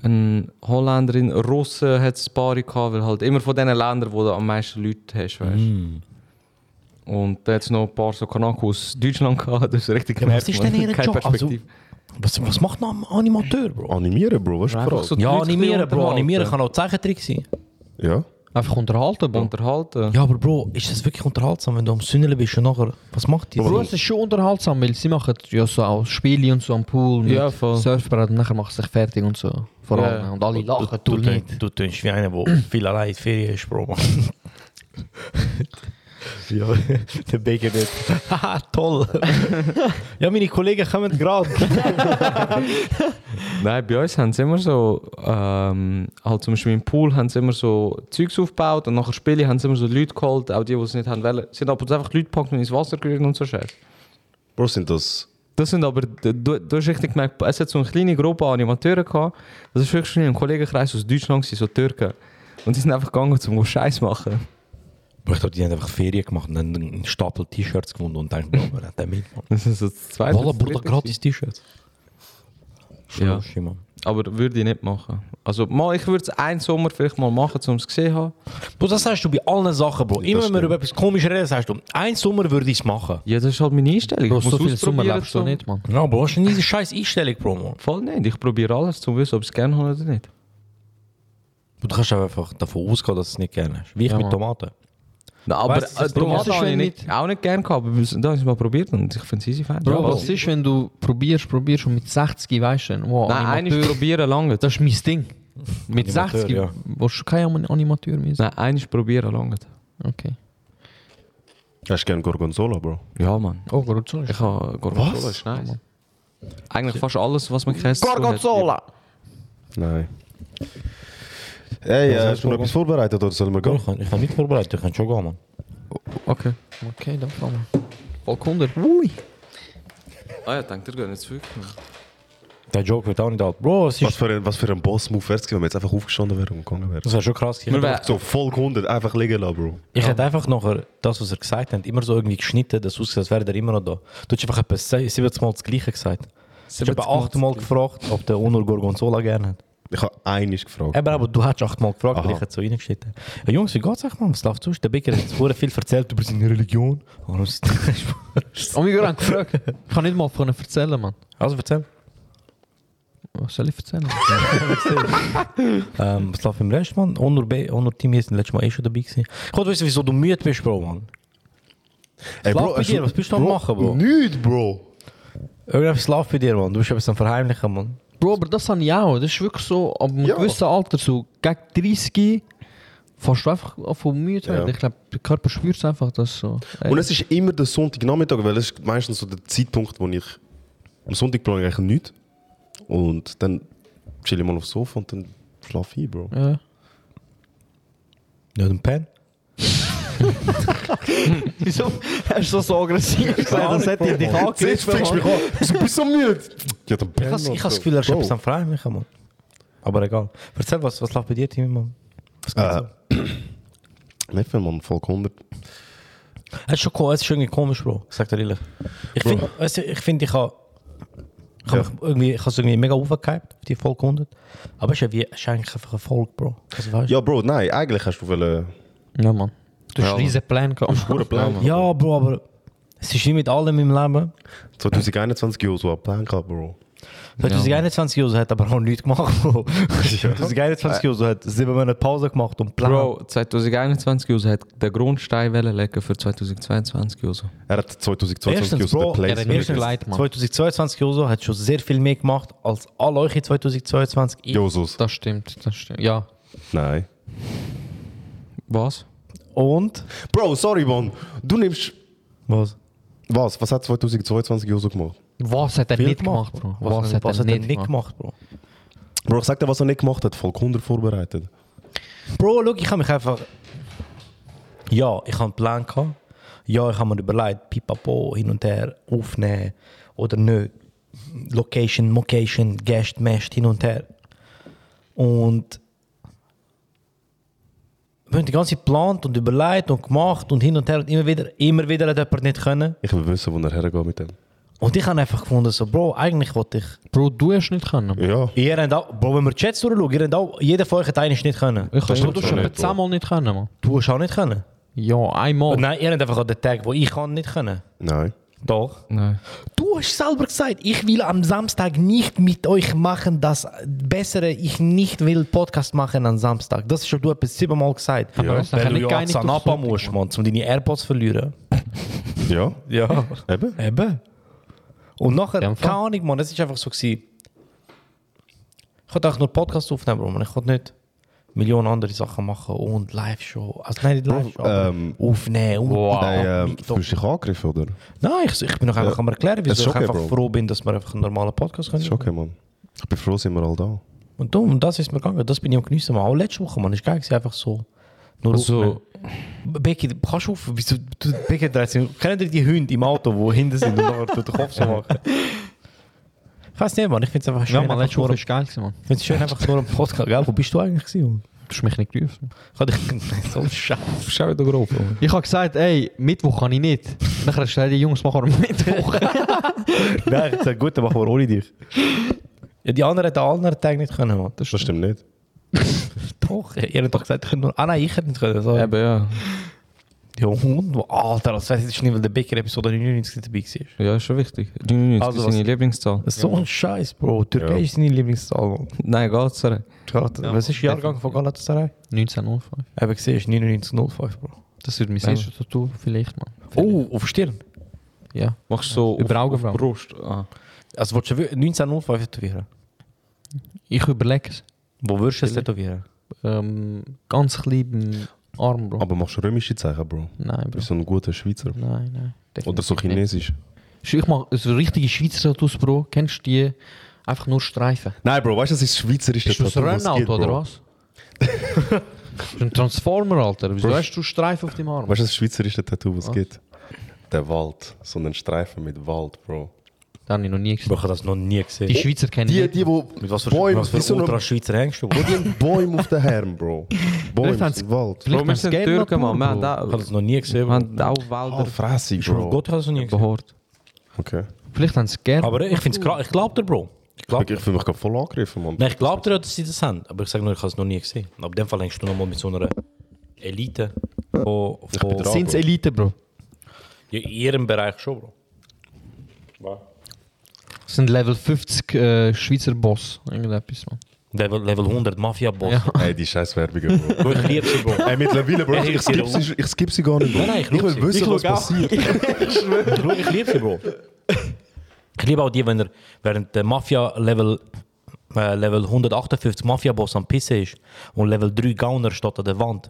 S3: eine Holländerin, Russen hat es ein paar gehabt, weil halt immer von diesen Ländern, wo du am meisten Leute hast, weißt.
S1: Mm.
S3: Und da hat es noch ein paar so Kanaken aus Deutschland gehabt, das ist richtig
S1: Ja, Genau. was
S3: genervt,
S1: ist denn
S3: Mann.
S1: ihr
S3: Keine
S1: Job? Also-
S3: Perspektive.
S1: Was, was macht noch ein Animateur, Bro?
S2: Animieren, Bro, was ist die
S3: Einfach
S2: Frage?
S3: so die
S1: Ja,
S3: Leute ein bisschen
S1: animieren, Bro.
S3: unterhalten.
S1: Animieren kann auch Zeichentrick sein.
S2: Ja.
S10: Einfach unterhalten, Bro.
S3: unterhalten.
S1: Ja, aber Bro, ist das wirklich unterhaltsam, wenn du am Sünneln bist und nachher... Was macht die?
S10: Bro, es ist schon unterhaltsam, weil sie machen ja so auch Spiele und so am Pool mit
S3: Ja, voll.
S10: Surfbrett und nachher machen sie sich fertig und so. Vor
S3: Ja.
S10: allem. Und alle lachen, du,
S1: Du,
S10: nicht.
S1: (clears throat) tönst- du tönst wie einer, der viel allein in die Ferien ist, Bro. (laughs) Ja, (laughs) der Baker wird. Haha, toll. (laughs) ja, meine Kollegen kommen (laughs) gerade.
S3: Nein, bei uns haben sie immer so, ähm, halt zum Beispiel im Pool haben sie immer so Zeugs aufgebaut und nachher Spiele haben sie immer so Leute geholt, auch die, die es nicht haben wollen. Sie haben ab und zu einfach Leute gepackt und ins Wasser gerührt und so Scheiße.
S2: Bro, sind das.
S3: Das sind aber, du, du hast richtig gemerkt, es hat so eine kleine Gruppe an Animateuren gehabt. Das war wirklich ein Kollegenkreis aus Deutschland, gewesen, so Türken. Und die sind einfach gegangen, um Scheiß (laughs) machen.
S1: Bro, ich dachte, die haben einfach Ferien gemacht und dann einen Stapel T-Shirts gewonnen und denken, Bro, wer hat den mitgemacht?
S3: Das ist so das zweite.
S1: Wallah,
S3: das
S1: Bruder,
S3: dritte
S1: gratis T-Shirts.
S3: Ja.
S1: Schluss, Mann.
S3: Aber würde ich nicht machen. Also, mal, ich würde es einen Sommer vielleicht mal machen, um es gesehen zu haben.
S1: Bro, das sagst du bei allen Sachen, Bro. Immer wenn wir
S2: stimmt.
S1: über etwas komisches reden, sagst du, ein Sommer würde ich es machen.
S3: Ja, das ist halt meine Einstellung.
S10: Bro,
S3: ich muss
S10: so viel Sommer
S3: ausprobieren,
S10: lebst du
S3: um-
S10: nicht, Mann.
S1: Ja, Bro, hast du nie diese scheiß Einstellung, Bro, Mann.
S3: Voll nicht. Ich probiere alles, um zu wissen, ob ich es gerne habe oder nicht.
S1: Du kannst auch einfach davon ausgehen, dass du es nicht gerne hast. Wie ich
S10: Ja,
S1: mit
S10: Mann.
S1: Tomaten.
S10: Nou,
S3: Nein, aber
S1: Weißt du,
S3: äh,
S1: das Problem
S3: Tomaten
S10: ist,
S3: habe ich
S10: wenn
S3: nicht, auch nicht gerne gehabt, aber da habe ich es mal probiert und ich finde es easy fein.
S10: Bro,
S3: Ja,
S10: was ist, wenn du probierst, probierst und mit 60 weißt du, dann, wow,
S3: Nein, eines
S10: Animateur,
S3: probieren lange.
S10: das ist mein Ding. Mit
S1: Animateur,
S10: 60
S1: ja.
S10: willst du kein Anim- Animateur mehr sein?
S3: Nein, eines probieren lange.
S10: Okay.
S2: Hast du gerne Gorgonzola, Bro?
S3: Ja, Mann.
S10: Oh, Gorgonzola
S3: Ich habe Gorgonzola, ist nice. Eigentlich fast alles, was man kennt.
S2: Nein. Ey, äh, hast du noch etwas vorbereitet oder sollen wir
S1: Bro,
S2: gehen?
S1: ich kann, ich kann nicht vorbereitet, ich kann schon gehen, Mann.
S3: Okay.
S10: Okay, dann fahren wir. Balkon Ui.
S3: Ah ja, denkt ihr, geht jetzt wirklich?
S1: Der Joke wird auch nicht alt. Bro, es
S2: Was
S1: ist,
S2: für ein, was für ein Boss-Move wär's gewesen, wenn wir jetzt einfach aufgestanden wären und gegangen wären?
S1: das wäre schon krass gewesen.
S3: Wir wär-
S2: So voll gehundet, einfach liegen lassen, Bro.
S1: Ich hätte einfach nachher das, was er gesagt hat, immer so irgendwie geschnitten, dass es aussieht, als wäre er immer noch da. Du hast einfach etwa se- 70 Mal das Gleiche gesagt. Ich habe
S3: 70 Mal das
S1: achtmal gefragt, ob der Onur Gorgonzola gerne hat.
S2: Ich habe einiges gefragt.
S1: Eben, aber du hast achtmal gefragt,
S2: Aha.
S1: weil ich hätte so reingeschnitten. Ja, Jungs, wie geht's euch, Mann? Was läuft sonst? Der Bigger hat jetzt vorher viel erzählt über seine Religion. Warum ist-
S10: Oh, wir haben gefragt. Ich kann nicht mal von ihnen erzählen, Mann.
S1: Also, erzähl.
S10: Was soll ich erzählen?
S1: Ähm, was läuft im Rest, Mann? Onur, B- Onur Team ist letztes Mal eh schon dabei gewesen. Ich wollte wissen, wieso du müde bist, Bro, Mann.
S2: Ey,
S1: Lauf bei
S2: hast
S1: dir, was bist du am machen, Bro?
S2: Nichts, Bro.
S1: Irgendwas läuft bei dir, Mann. Du bist etwas am Verheimlichen, Mann.
S10: Bro, aber das habe ich auch. Das ist wirklich so, ab einem
S2: Ja.
S10: gewissen Alter, so gegen 30, fährst du einfach auf von müde
S2: Ja.
S10: werden. Ich glaube, der Körper spürt es einfach, dass so. Ey,
S2: Und es ist immer der Sonntagnachmittag, weil das ist meistens so der Zeitpunkt, wo ich am Sonntag plane ich eigentlich nichts. Und dann chill ich mal aufs Sofa und dann schlafe ich, Bro.
S10: ja.
S1: Ja, den Pen.
S10: Wieso hast du das so aggressiv gesagt? Das hätte ich dich
S2: Jetzt fängst du mich an. Wieso bist du so müde? Ja, dann
S1: Ich habe das Gefühl, er ist etwas am Verheimlichen, Mann. Aber egal. Erzähl, was, was läuft bei dir, Timmy, Mann? Was geht so?
S2: Nicht viel, Mann. Voll 100.
S1: Es ist schon ko- es ist irgendwie komisch, Bro. Sagt er ehrlich. Ich finde, weißt du, ich, find, ich habe ich hab
S2: Ja.
S1: mich irgendwie, ich habe es irgendwie mega aufgehypt, auf die Folge 100. Aber es ist, ja wie, es ist eigentlich einfach ein Erfolg, Bro. Also, weißt, du?
S2: Ja, Bro, nein, eigentlich hast du äh, wollen...
S10: Ja, Mann. Du hast einen riesen Plan gehabt.
S2: Pure Plan.
S1: ja, Bro, aber es ist wie mit allem im Leben.
S2: 2021 Jahr so einen Plan gehabt, Bro.
S1: 2021 Josu hat aber auch nichts gemacht, Bro. 2021 Josu hat sieben Monate Pause gemacht und Plan.
S3: Bro, 2021 User hat den Grundstein wollen legen für 2022 User.
S2: Er hat 2022
S1: Erstens, Bro,
S2: Place
S1: er
S10: hat
S2: verlegt.
S10: mir schon leid-
S1: 2022 Josu hat schon sehr viel mehr gemacht als alle euch in 2022. Ich-
S2: Josus.
S10: Das stimmt, das stimmt. Ja.
S2: Nein.
S3: Was?
S1: Und?
S2: Bro, sorry, Mann. Du nimmst...
S1: Was?
S2: Was? Was hat 2022 Josu gemacht?
S10: Was hat er
S1: Viel
S10: nicht gemacht, Bro?
S1: Was, was, hat er nicht gemacht, Bro?
S2: Bro, ich sag dir, was er nicht gemacht hat. Voll 100 vorbereitet.
S1: Bro, schau, ich habe mich einfach. Ja, ich habe einen Plan gehabt. Ja, ich habe mir überlegt, pipapo, hin und her, aufnehmen oder nicht. Location, Mocation, Guest, Mast, hin und her. Und. Wir haben die ganze Zeit geplant und überlegt und gemacht und hin und her und immer wieder, immer wieder hat jemand nicht können.
S2: Ich will wissen, wo er hergeht mit dem.
S1: Und ich habe einfach gefunden, so, Bro, eigentlich wollte ich.
S10: Bro, du hast nicht können.
S2: Ja.
S1: Ihr habt auch, Bro, wenn wir die Chats durchschauen, ihr habt auch, jeder von euch hat eigentlich nicht können.
S10: Ich
S2: Das
S10: habe
S2: stimmt
S10: du hast
S2: schon
S10: etwa
S2: nicht, Bro.
S10: zehnmal nicht können, Mann.
S1: Du hast auch nicht können.
S10: Ja, einmal.
S1: Nein, ihr habt einfach an den Tag, wo ich kann, nicht können.
S2: Nein.
S1: Doch.
S3: Nein.
S1: Du hast selber gesagt, ich will am Samstag nicht mit euch machen, das Bessere, ich nicht will Podcast machen am Samstag. Das hast du etwas siebenmal gesagt.
S10: Aber das ist nachher
S1: Weil
S10: nicht
S1: du ja
S10: geeinigt auf
S1: Zanapa
S10: Sonntag,
S1: musst, Mann, um deine AirPods zu verlieren.
S2: Ja.
S1: Ja.
S2: Eben.
S1: Eben. Und nachher,
S10: Ja, im Fall.
S1: keine Ahnung, Mann, es ist einfach so gewesen. Ich wollte einfach nur Podcast aufnehmen, Bro, Mann. Ich konnte nicht Millionen andere Sachen machen und Live-Show. Also nein, nicht Live-Show, aber
S2: ähm,
S1: aufnehmen und
S2: Nein, äh,
S1: TikTok.
S2: fühlst du dich angegriffen, oder?
S1: Nein, ich, ich bin noch einfach am erklären,
S2: Es ist
S1: wieso ich
S2: okay,
S1: einfach
S2: Bro.
S1: froh bin, dass wir einfach einen normalen Podcast können.
S2: Ist okay, Mann. Ich bin froh, sind wir alle da.
S1: Und darum, das ist mir gegangen. Das bin ich am geniessen. Mann. Auch letzte Woche, man, ist geil, gewesen, einfach so. Nur
S3: Also-
S1: aufnehmen. Becky, kannst du auf? Wieso, du, Becky dreht sich. Kennt ihr die Hunde im Auto, die hinten sind und nachher tut den Kopf so machen? Ich weiß nicht, Mann. Ich finde es einfach schön.
S10: Ja, man,
S1: einfach
S10: letzte
S1: nur-
S10: Woche war geil, gewesen, Mann.
S1: Ich finde es schön, einfach nur am Podcast. Gell, wo bist du eigentlich? Gewesen, Mann?
S10: Du hast mich nicht gerufen.
S1: Ich hab dich (laughs) so scheiße.
S3: Schau wieder grob.
S10: Ich habe gesagt, ey, Mittwoch kann ich nicht. (laughs) Dann hast du gesagt, ey, Jungs, machen wir (laughs) Mittwoch.
S1: Nein, ich hab gesagt, gut, dann machen wir ohne dich. Ja, die anderen hätten alle anderen Tag nicht können, Mann.
S2: Das stimmt nicht.
S1: Doch, ihr habt doch gesagt, ihr könnt nur. Ah nein, ich hätte nicht können. So.
S3: Eben, ja.
S1: Ja, Hund, wo- Alter, das weiß ich nicht, weil der Becker-Episode 99 dabei war.
S3: Ja, ist schon wichtig. 99
S1: Also
S3: also,
S1: was-
S3: ist seine Lieblingszahl.
S1: So ein Scheiß, Bro. Türkei
S2: Ja.
S1: ist seine Lieblingszahl. Mann.
S3: Nein, Galatasaray.
S1: Galata- Was ist der Jahrgang von Galatasaray?
S10: 19.05 Uhr.
S1: Eben gesehen, ist 9905, Bro.
S10: Das wird mein
S3: Ja.
S10: erstes Tattoo, vielleicht, Mann.
S1: Oh, auf Stirn.
S10: Ja.
S3: Machst du so
S10: Über
S3: auf,
S10: Augenbrauen.
S3: auf Brust? Ah.
S1: Also, willst du wirklich 1905 tätowieren?
S10: Ich überlege es.
S1: Wo würdest du es tätowieren?
S10: Ähm, ganz klein beim mm, Arm, Bro.
S2: Aber machst du römische Zeichen, Bro?
S10: nein, Bro.
S2: Bist so ein guter Schweizer?
S10: Nein, nein.
S2: Oder so
S10: Definitiv
S2: chinesisch?
S10: nicht. Ich mache so richtige Schweizer Tattoos, Bro. Kennst du die? Einfach nur Streifen.
S2: Nein, Bro, weißt du, das ist schweizerisch.
S10: Ist das Renault oder
S2: Bro. (laughs)
S10: was? Ist ein Transformer, Alter. Wieso
S2: Bro.
S10: hast du Streifen auf dem Arm?
S2: Weißt du, das schweizerische Tattoo, was es gibt? Der Wald. So einen Streifen mit Wald, Bro.
S10: Das habe ich noch
S1: Bro,
S10: nie gesehen.
S1: ich hab das noch nie gesehen.
S10: Die Schweizer kennen
S9: Die,
S10: nicht.
S9: die, wo
S1: Mit was für,
S9: Bäume,
S1: was für
S9: wie so eine-
S1: Ultraschweizer hängst du? Bro?
S9: wo die haben Bäume auf den Herren, Bro. Bäume
S10: Vielleicht haben's-
S9: im Wald.
S10: Vielleicht
S3: Bro, wir
S10: haben's
S3: sind
S10: Geld
S3: Türken,
S10: noch,
S3: Mann. Wir haben
S10: Bro.
S1: Ich hab das
S3: auch-
S1: noch nie gesehen.
S3: wir
S1: Bro.
S3: haben auch Wälder
S2: Oh, fressig,
S1: Bro,
S2: Bro.
S1: Gott, ich hab das noch nie gesehen.
S3: behaart.
S2: Okay.
S10: Vielleicht haben sie es gerne.
S1: Aber ich find's krass. Ich glaub dir, Bro. Ich glaub
S2: Ich fühle mich gerade voll angegriffen, Mann.
S1: Nein, ich glaube dir, dass sie das haben, aber ich sage nur, ich habe es noch nie gesehen. Aber in dem Fall hängst du nochmal mit so einer eh, Elite von, von
S2: dran.
S10: Sind es Elite, Bro?
S1: ja, in ihrem Bereich schon, Bro.
S10: Das sind Level 50 äh, Schweizer Boss. Irgendetwas, Mann.
S1: Level, Level 100, Mafia-Boss.
S10: Ja.
S2: Ey, die scheiß Werbungen, Bro.
S1: Bro, Ich liebe sie, Bro.
S2: Ey, mittlerweile, Bro,
S1: Ey,
S2: ich
S1: ich
S2: skippe
S1: geh
S2: sie, ich skip sie gar nicht. Bro.
S1: Nein, nein, ich liebe
S2: will
S1: sie.
S2: wissen,
S1: Ich
S2: was
S1: schau auch.
S2: passiert.
S1: Bro, ich liebe sie, Bro. Ich liebe auch die, wenn er während der Mafia-Level äh, Level 158 Mafia-Boss am Pissen ist und Level 3 Gauner steht an der Wand.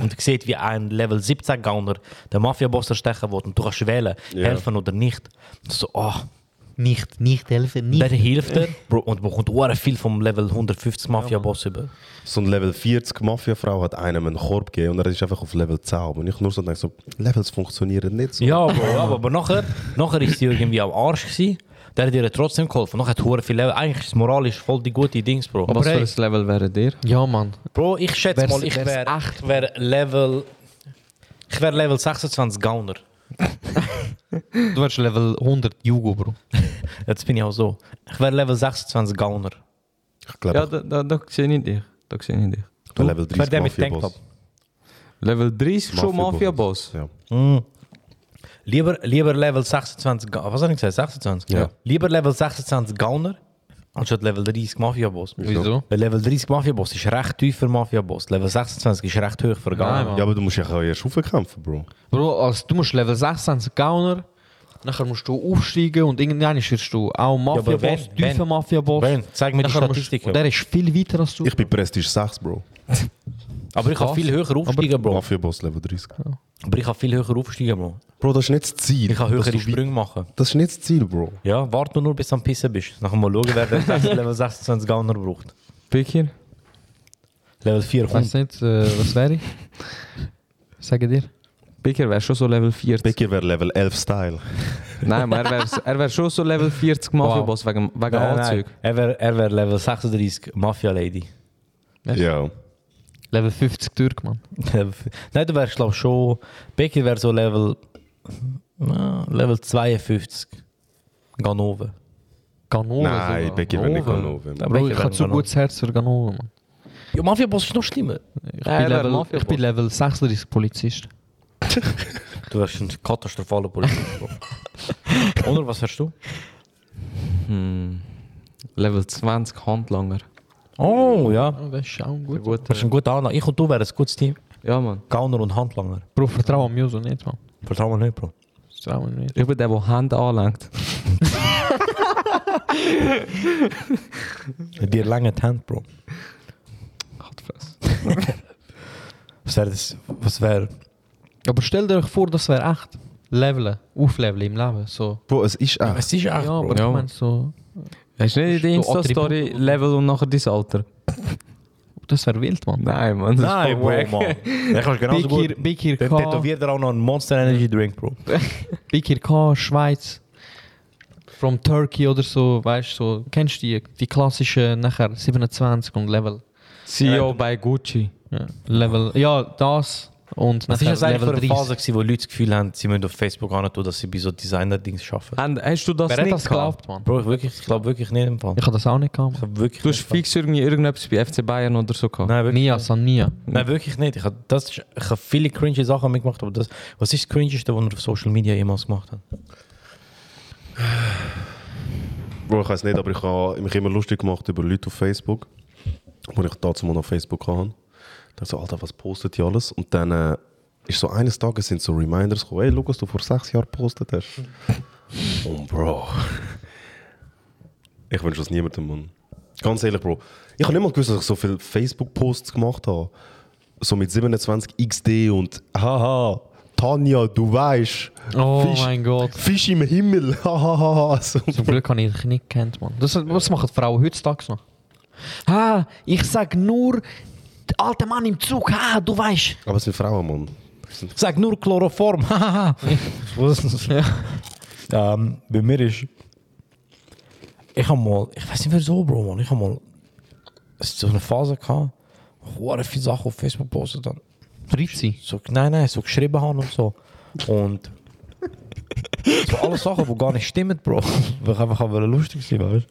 S1: und ich sehe, wie ein Level 17 Gauner den Mafia-Boss erstechen wird und du kannst wählen, helfen oder nicht. So, ah.
S10: Nicht, nicht helfen, nicht.
S1: Dann hilft er Bro, und bekommt auch viel vom Level 150 Mafia-Boss über.
S2: So eine Level 40 Mafia-Frau hat einem einen Korb gegeben und er ist einfach auf Level 10. Und ich nur so denke, so, Levels funktionieren nicht so.
S1: Ja, Bro, aber, aber nachher, nachher ist sie irgendwie am Arsch gewesen. Der hat ihr trotzdem geholfen. Nachher hat hure viel Level. Eigentlich ist es moralisch voll die gute Dings, Bro.
S3: Was
S10: ey.
S3: für ein Level wäre dir?
S10: Ja, Mann.
S1: Bro, ich schätze
S10: Wär's-
S1: mal, ich
S10: wär's
S1: wäre
S10: acht?
S1: wär Level... Ich wäre Level 26 Gauner.
S10: Du wärst Level 100 Jugo, Bro.
S1: Jetzt bin ich auch so. Ich wäre Level 26 Gauner.
S2: Ich glaube,
S3: Ja, da, da, da sehe ich dich. Da sehe ich dich.
S2: ich bin Level
S1: ich wär
S2: 30
S1: der mit
S2: Mafia-Boss.
S1: Tanktop.
S3: Level 30 schon Mafia-Boss.
S2: Ja.
S1: Lieber, lieber Level 26 Gauner. Was habe ich gesagt? 26?
S2: Ja.
S1: Lieber Level 26 Gauner, anstatt Level 30 Mafia-Boss.
S10: Wieso?
S1: Weil Level 30 Mafia-Boss ist recht tief für Mafia-Boss. Level 26 ist recht hoch für
S10: Nein,
S1: Gauner.
S10: Mann.
S2: ja, aber du musst ja auch erst raufkämpfen, Bro.
S10: Bro, also, du musst Level 26 Gauner. Nachher musst du aufsteigen und irgendwann wirst du auch
S1: aber wenn,
S10: Mafia-Boss, ja,
S1: wenn?
S10: tiefer Mafia-Boss.
S1: Wenn? Zeig mir die
S10: Nachher musst-
S1: Statistik,
S10: Und
S1: ja.
S10: der ist viel weiter als du.
S2: Ich bin Prestige 6, Bro.
S1: aber ich kann viel höher aufsteigen, Bro.
S2: Mafia-Boss Level 30.
S1: Aber ich kann viel höher aufsteigen, Bro.
S2: Bro, das ist nicht das Ziel.
S1: Ich kann
S2: dass
S1: höhere
S2: du wei-
S1: Sprünge machen.
S2: Das ist nicht das Ziel, Bro.
S1: Ja, warte nur, nur bis du am Pissen bist. Nachher mal schauen, wer den (laughs) besten Level 26 Gauner braucht.
S3: Pickir?
S1: Level 4
S10: Ich weiß
S1: kommt.
S10: nicht, äh, was wäre ich? (laughs) Sag dir.
S3: Pickir wäre schon so Level 40.
S2: Becky wäre Level 11 Style.
S3: Nein, aber er wäre er wär schon so Level 40 Mafia-Boss wegen, wegen Anzug.
S1: Er wäre er wär Level 36 Mafia-Lady. (laughs)
S2: Ja.
S10: Level 50 Türk, Mann.
S1: Nein, du wärst, glaube ich, schon. Becky wäre so Level. na, Level 52. Ganove.
S10: Ganove.
S2: Nein, Becky wäre nicht Ganove.
S1: Ja,
S10: Bro,
S1: Becky
S10: ich
S1: wär
S10: habe zu
S1: Ganove.
S10: gutes Herz für Ganove, Mann.
S1: Ja, Mafia-Boss ist noch schlimmer.
S10: Ich,
S3: Ja, er
S10: bin
S3: wär
S10: Level, ich bin
S3: Mafia-Boss.
S10: Level 36 Polizist.
S1: Du wärst ein katastrophaler Polizist, (laughs) Bro. Oder was wärst du?
S3: Level 20 Handlanger.
S1: Oh, ja.
S10: das ist auch gut.
S3: Gut.
S1: Du wärst ein guter Anna. Ich und du wären ein gutes Team.
S3: Ja, Mann.
S1: Gauner und Handlanger.
S10: Bro, vertraue an mich so nicht, Mann.
S1: Vertrau mir nicht, Bro.
S10: Vertraue mir nicht.
S3: Ich bin der, der Hand anlangt.
S1: Dir lange die Hand, Bro.
S3: Gott,
S1: (laughs) was wäre das? Was wäre?
S10: Aber stell dir vor, das wäre echt. Leveln, aufleveln im Leben. So.
S2: Bro, es ist echt.
S1: Es ist echt,
S10: Ja, aber
S1: Bro.
S10: ich
S3: Ja.
S10: meine so,
S3: Hast du nicht in der
S10: Hast du
S3: Insta-Story
S10: Attribute?
S3: Level und nachher dein Alter?
S10: das wäre wild, Mann.
S3: Nein, Mann. Das
S1: Nein,
S3: ist
S1: Bro,
S3: voll
S1: Mann.
S3: wack.
S1: (laughs) Dann kannst du genauso
S10: Big
S1: gut...
S10: Ear, Big Ear
S1: Dann
S10: K,
S1: tätowiert er auch noch einen Monster Energy Drink, Bro.
S10: Big Ear K, Schweiz. From Turkey oder so, weißt du, so, kennst du die, die klassischen nachher 27 und Level.
S3: CEO bei Gucci.
S10: Ja, Level, ja, das und
S1: Was ist
S10: nachher
S1: das eigentlich für
S10: Level
S1: eine
S10: 30.
S1: Phase, gewesen, wo Leute das Gefühl haben, sie müssen auf Facebook hin tun, dass sie bei so Designer-Dings arbeiten?
S3: Und hast du das
S10: Wer hat
S3: nicht
S10: das
S3: gehabt?
S10: geglaubt, Mann?
S1: Bro, ich, wirklich- ich glaube wirklich nicht im Fall.
S10: Ich habe das auch nicht gehabt.
S1: Ich hab wirklich
S3: Du hast
S1: nicht im Fall.
S3: fix irgendwie irgendetwas bei FC Bayern oder so gehabt.
S1: Nein, wirklich,
S10: Mia, San Mia.
S1: nein, wirklich nicht. Ich habe das, ist- ich hab viele cringe Sachen mitgemacht, aber das, was ist das Cringeste, was ihr auf Social Media jemals gemacht habt?
S2: Bro, ich weiß nicht, aber ich habe mich immer lustig gemacht über Leute auf Facebook, wo ich dazu mal auf Facebook hatte. Da so, Alter, was postet ihr alles? Und dann äh, ist so eines Tages sind so Reminders gekommen, hey, Lukas, du vor sechs Jahren postet hast.
S10: (laughs)
S2: Und Bro, (laughs) ich wünsche das niemandem, Mann. Ganz ehrlich, Bro, ich habe nicht mal gewusst, dass ich so viele Facebook-Posts gemacht habe. So mit 27 XD und haha, Tanja, du weißt.
S10: Oh mein Gott.
S2: Fisch im Himmel, (laughs) hahaha. so,
S10: Zum Glück habe ich dich nicht gekannt, Mann. Das, was machen die Frauen heutzutage noch? Ha, ich sag nur, der alte Mann im Zug, ha, du weißt.
S2: Aber es sind Frauen, Mann.
S1: Sag nur Chloroform. (laughs) ähm, bei mir ist. Ich habe mal. Ich weiß nicht wieso, Bro, Mann. Ich habe mal so eine Phase gehabt, wo ich viele Sachen auf Facebook postet habe.
S10: Rizzi.
S1: So, nein, nein, so geschrieben haben und so. Und. so alles Sachen, die gar nicht stimmen, Bro. Weil ich einfach wollte lustig sein, weißt du?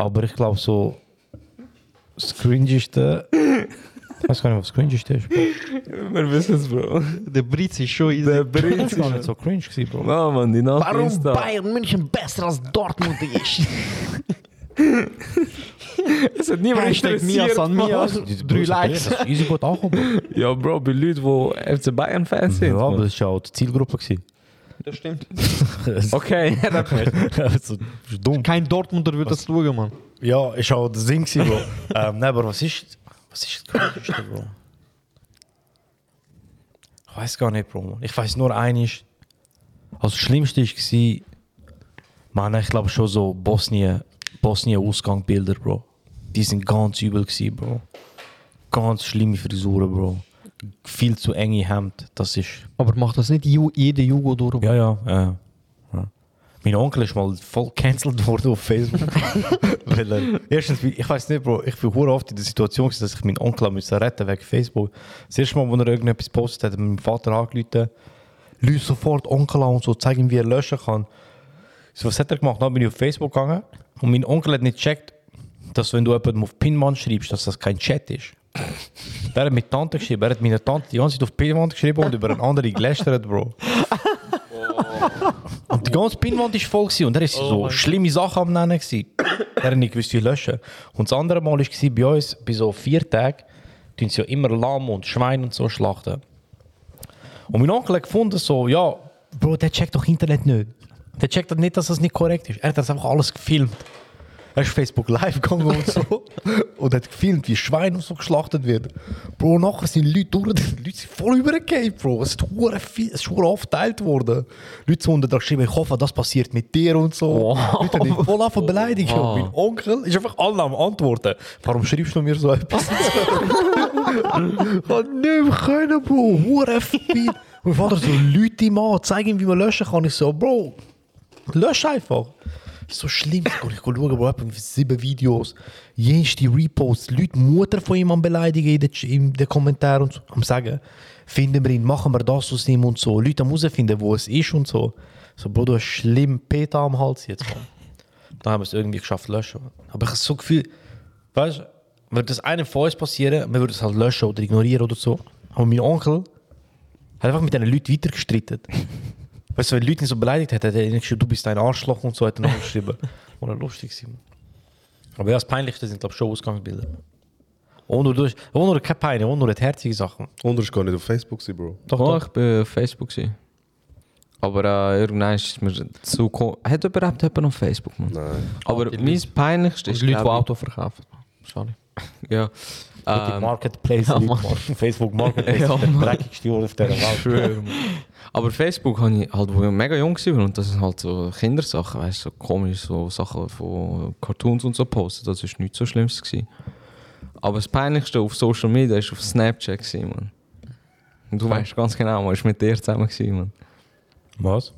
S1: Aber ich glaube, so. Das Cringeste. Ich weiß gar nicht, was das Cringeste ist, Bro.
S3: Wir wissen es, Bro.
S10: Der Britzi ist schon easy.
S3: Der
S1: Das
S3: Prinz.
S1: ist gar nicht so cringe, gewesen, Bro.
S3: (laughs) Ja, Mann, die Nacht Insta.
S10: München besser als Dortmund ist?
S3: Es hat niemand
S10: Hashtag Mia
S3: interessiert,
S10: San Mia.
S3: Mann.
S10: also, Drei Likes.
S1: Das ist easy gut angekommen.
S3: Ja, Bro, bei Leuten, die FC Bayern-Fans sind.
S1: Ja, aber
S3: Mann.
S1: das war auch die Zielgruppe. Gewesen.
S3: (laughs)
S10: Das stimmt.
S3: Okay, er hat mich.
S1: also, ist dumm.
S10: (laughs) Kein Dortmunder würde das schauen, Mann.
S1: Ja, ist auch das Ding, (laughs) gewesen, Bro. ähm, nein, aber was ist, was ist das Größte, Bro? Ich weiß gar nicht, Bro. Mann. Ich weiß nur eines. Also, das Schlimmste war, Mann, ich glaube schon so Bosnien, Bosnien-Ausgang-Bilder, Bro. Die sind ganz übel, gewesen, Bro. Ganz schlimme Frisuren, Bro. Viel zu enge Hemd, das ist.
S10: Aber macht das nicht ju jeder Jugo durch?
S1: Ja, ja, ja. ja. Mein Onkel ist mal voll cancelled worden auf Facebook. Weil er, erstens, bin- ich weiß nicht, Bro, ich bin hure oft in der Situation, gewesen, dass ich meinen Onkel haben müssen retten wegen Facebook. Das erste Mal, als er irgendetwas postet hat, hat mein Vater angerufen, Leute sofort Onkel an und so, zeig ihm, wie er löschen kann. So, was hat er gemacht? Dann bin ich auf Facebook gegangen und mein Onkel hat nicht gecheckt, dass wenn du jemandem auf Pinwand schreibst, dass das kein Chat ist. er hat mit Tante geschrieben, er hat meine Tante die ganze Zeit auf Pinwand geschrieben und über einen anderen gelästert, Bro. Und die ganze Pinwand war voll gewesen. und er ist so schlimme Sachen am Nennen. gewesen. er hat nicht gewusst, wie löschen. Und das andere Mal war bei uns, bei so vier Tagen, tun sie ja immer Lamm und Schwein und so schlachten. Und mein Onkel hat gefunden, so, ja, Bro, der checkt doch Internet nicht. Der checkt doch nicht, dass das nicht korrekt ist. Er hat das einfach alles gefilmt. Er ist Facebook live gegangen und so. und hat gefilmt, wie Schwein und so geschlachtet wird. Bro, nachher sind Leute (laughs) durch, die Leute sind voll übergegangen, Bro. Es ist hure viel, es ist hure oft teilt worden. Leute haben unten dran geschrieben, ich hoffe, das passiert mit dir und so. Leute haben ihn voll auf beleidigt. Und Mein Onkel ist einfach alle am Antworten. Warum schreibst du mir so etwas? (laughs) Wat nu beginnen, bro? Hoor even. Mijn vader zo, lüt die man, zeig ihm, wie man löschen kann. Ich so, Bro, lösch einfach. So schlimm, ich konnte schauen, Bro, etwa sieben Videos, jenes die Reposts, Leute, Mutter von jemandem beleidigen in den, in den Kommentaren und so, am sagen, finden wir ihn, machen wir das aus ihm und so, Leute am herausfinden, wo es ist und so. So, Bro, du hast schlimm Peter am Hals jetzt, Mann. Dann haben wir es irgendwie geschafft, löschen. Aber ich habe so Gefühl, weißt du, würde das einem von uns passieren, wir würden es halt löschen oder ignorieren oder so. Aber mein Onkel hat einfach mit diesen Leuten weiter gestritten. weißt du, wenn Leute ihn so beleidigt hätten, hätte er ihnen geschrieben, du bist ein Arschloch und so, hat er noch (laughs) geschrieben. Oder lustig gewesen. Aber ja, das Peinlichste sind, glaube ich, schon Ausgangsbilder. Ohne, du hast, ohne keine Peine, ohne hat herzige Sachen.
S2: Und er ist gar nicht auf Facebook, gewesen, Bro.
S1: Doch,
S3: Oh,
S1: doch.
S3: ich bin auf Facebook. gewesen. Aber äh, irgendwann ist es mir zu. ko- Hat überhaupt jemand auf Facebook, Mann?
S2: Nein.
S3: Aber mein peinlichstes
S10: Das
S3: ist.
S10: sind Leute, die
S3: glaub
S10: Auto verkaufen. Sorry.
S3: ich- (laughs) Ja.
S1: Mit dem Marketplace,
S3: ja,
S1: Leute,
S3: Mann.
S1: Mann. Facebook (laughs) Marketplace
S3: Ja,
S1: ist der
S3: Mann.
S1: dreckigste Ort auf der
S3: Ich schwöre,
S1: Welt.
S3: (laughs) Mann. Aber Facebook habe ich halt, wo ich mega jung war und das sind halt so Kindersachen, weißt du, so komisch, so Sachen von Cartoons und so posten, dus das ist nichts so Schlimmes gewesen. Aber das Peinlichste auf Social Media ist auf Snapchat gewesen, Mann. Und du weißt ganz genau, man ist mit dir zusammen gewesen, Mann.
S1: Was?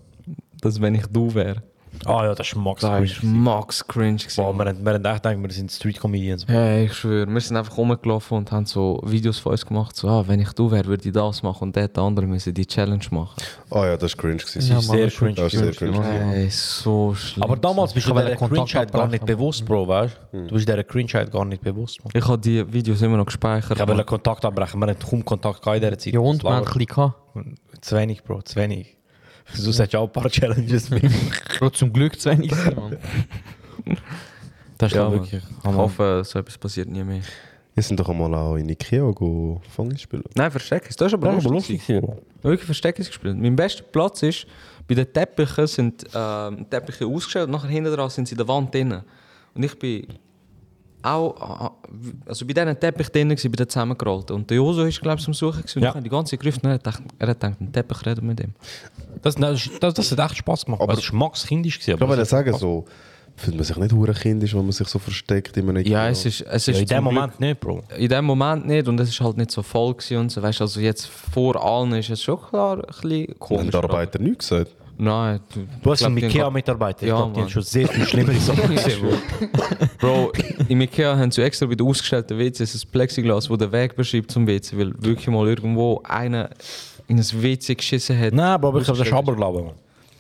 S3: Dass wenn ich du wäre.
S1: Ah ja, das ist Max
S3: Das ist Max Cringe gewesen.
S1: Boah, wir, haben- wir haben echt gedacht, wir sind Street Comedians.
S3: Hey, ich schwöre, wir sind einfach rumgelaufen und haben so Videos von uns gemacht, so, ah, wenn ich du wäre, würde ich das machen und der, der andere müsste die Challenge machen.
S2: Ah ja, das ist cringe. gewesen.
S1: Ja, Mann, sehr das ist cringe
S2: Das ist sehr cringe. gewesen.
S3: Ey, so schlimm.
S1: Aber damals bist du
S10: Ich hab
S1: der
S10: den Kontakt
S1: Cringeheit gar nicht
S10: abbrechen.
S1: bewusst, Bro, weißt du? Du bist der Cringeheit gar nicht bewusst, Mann.
S3: Ich habe die Videos immer noch
S1: Ich
S3: gespeichert.
S1: habe
S3: Mann.
S1: den Kontakt abbrechen, wir haben kaum Kontakt gehabt in dieser Zeit.
S10: Ja, und man hat
S1: Laber.
S10: ein bisschen gehabt.
S1: Zu wenig, Bro, zu wenig. Du sagst auch ein paar Challenges mit.
S10: Bro, zum Glück zu wenig. gewesen, Mann.
S1: Das
S3: ja, Mann.
S1: wirklich.
S3: Ich hoffe, so etwas passiert nie mehr.
S2: Wir sind doch einmal auch in Ikea go Fangen spielen.
S3: Nein, Versteckis. Das ist aber lustig. Ich habe Wirklich Versteckis gespielt. Mein bester Platz ist, bei den Teppichen sind ähm, Teppiche ausgestellt und nachher hinten dran sind sie in der Wand drin. Und ich bin auch, ah, also bei diesen Teppich drin gewesen, bei den zusammengerollten. Und der Joso ist, glaube ich, zum Suchen gewesen. Und
S1: Ja.
S3: ich habe die ganze Zeit gerufen und er hat gedacht, er hat gedacht, ein Teppich redet mit ihm.
S1: (laughs) Das, das, das, das hat echt Spass gemacht. Aber es war Max kindisch. gewesen,
S2: Ich glaube,
S1: aber
S2: wenn ich
S1: es hat
S2: sage
S1: Spass-
S2: so, fühlt man sich nicht hure kindisch, wenn man sich so versteckt in einem
S3: Ja, es ist, es ist
S1: Ja, in dem
S3: zum Glück-
S1: Moment nicht, Bro.
S3: in dem Moment nicht und es ist halt nicht so voll gewesen und so, weißt du, also jetzt vor allen ist es schon klar ein bisschen
S2: Haben
S3: komisch.
S2: die Arbeiter nichts gesagt?
S3: aber- Nein. Du,
S1: Du hast
S3: glaub,
S1: einen
S3: die haben gar-
S1: Ikea-Mitarbeiter.
S3: Ja,
S1: ich glaube, die
S3: Mann.
S1: haben schon sehr viel schlimmere (laughs) Sachen gesehen, Bro.
S3: Bro, im Ikea haben sie extra bei den ausgestellten WCs ein Plexiglas, wo den Weg beschreibt zum WC, weil wirklich mal irgendwo einer in ein WC geschissen Nou, hat.
S1: Nein, Bro, aber ich habe das Schaberglauben, Mann.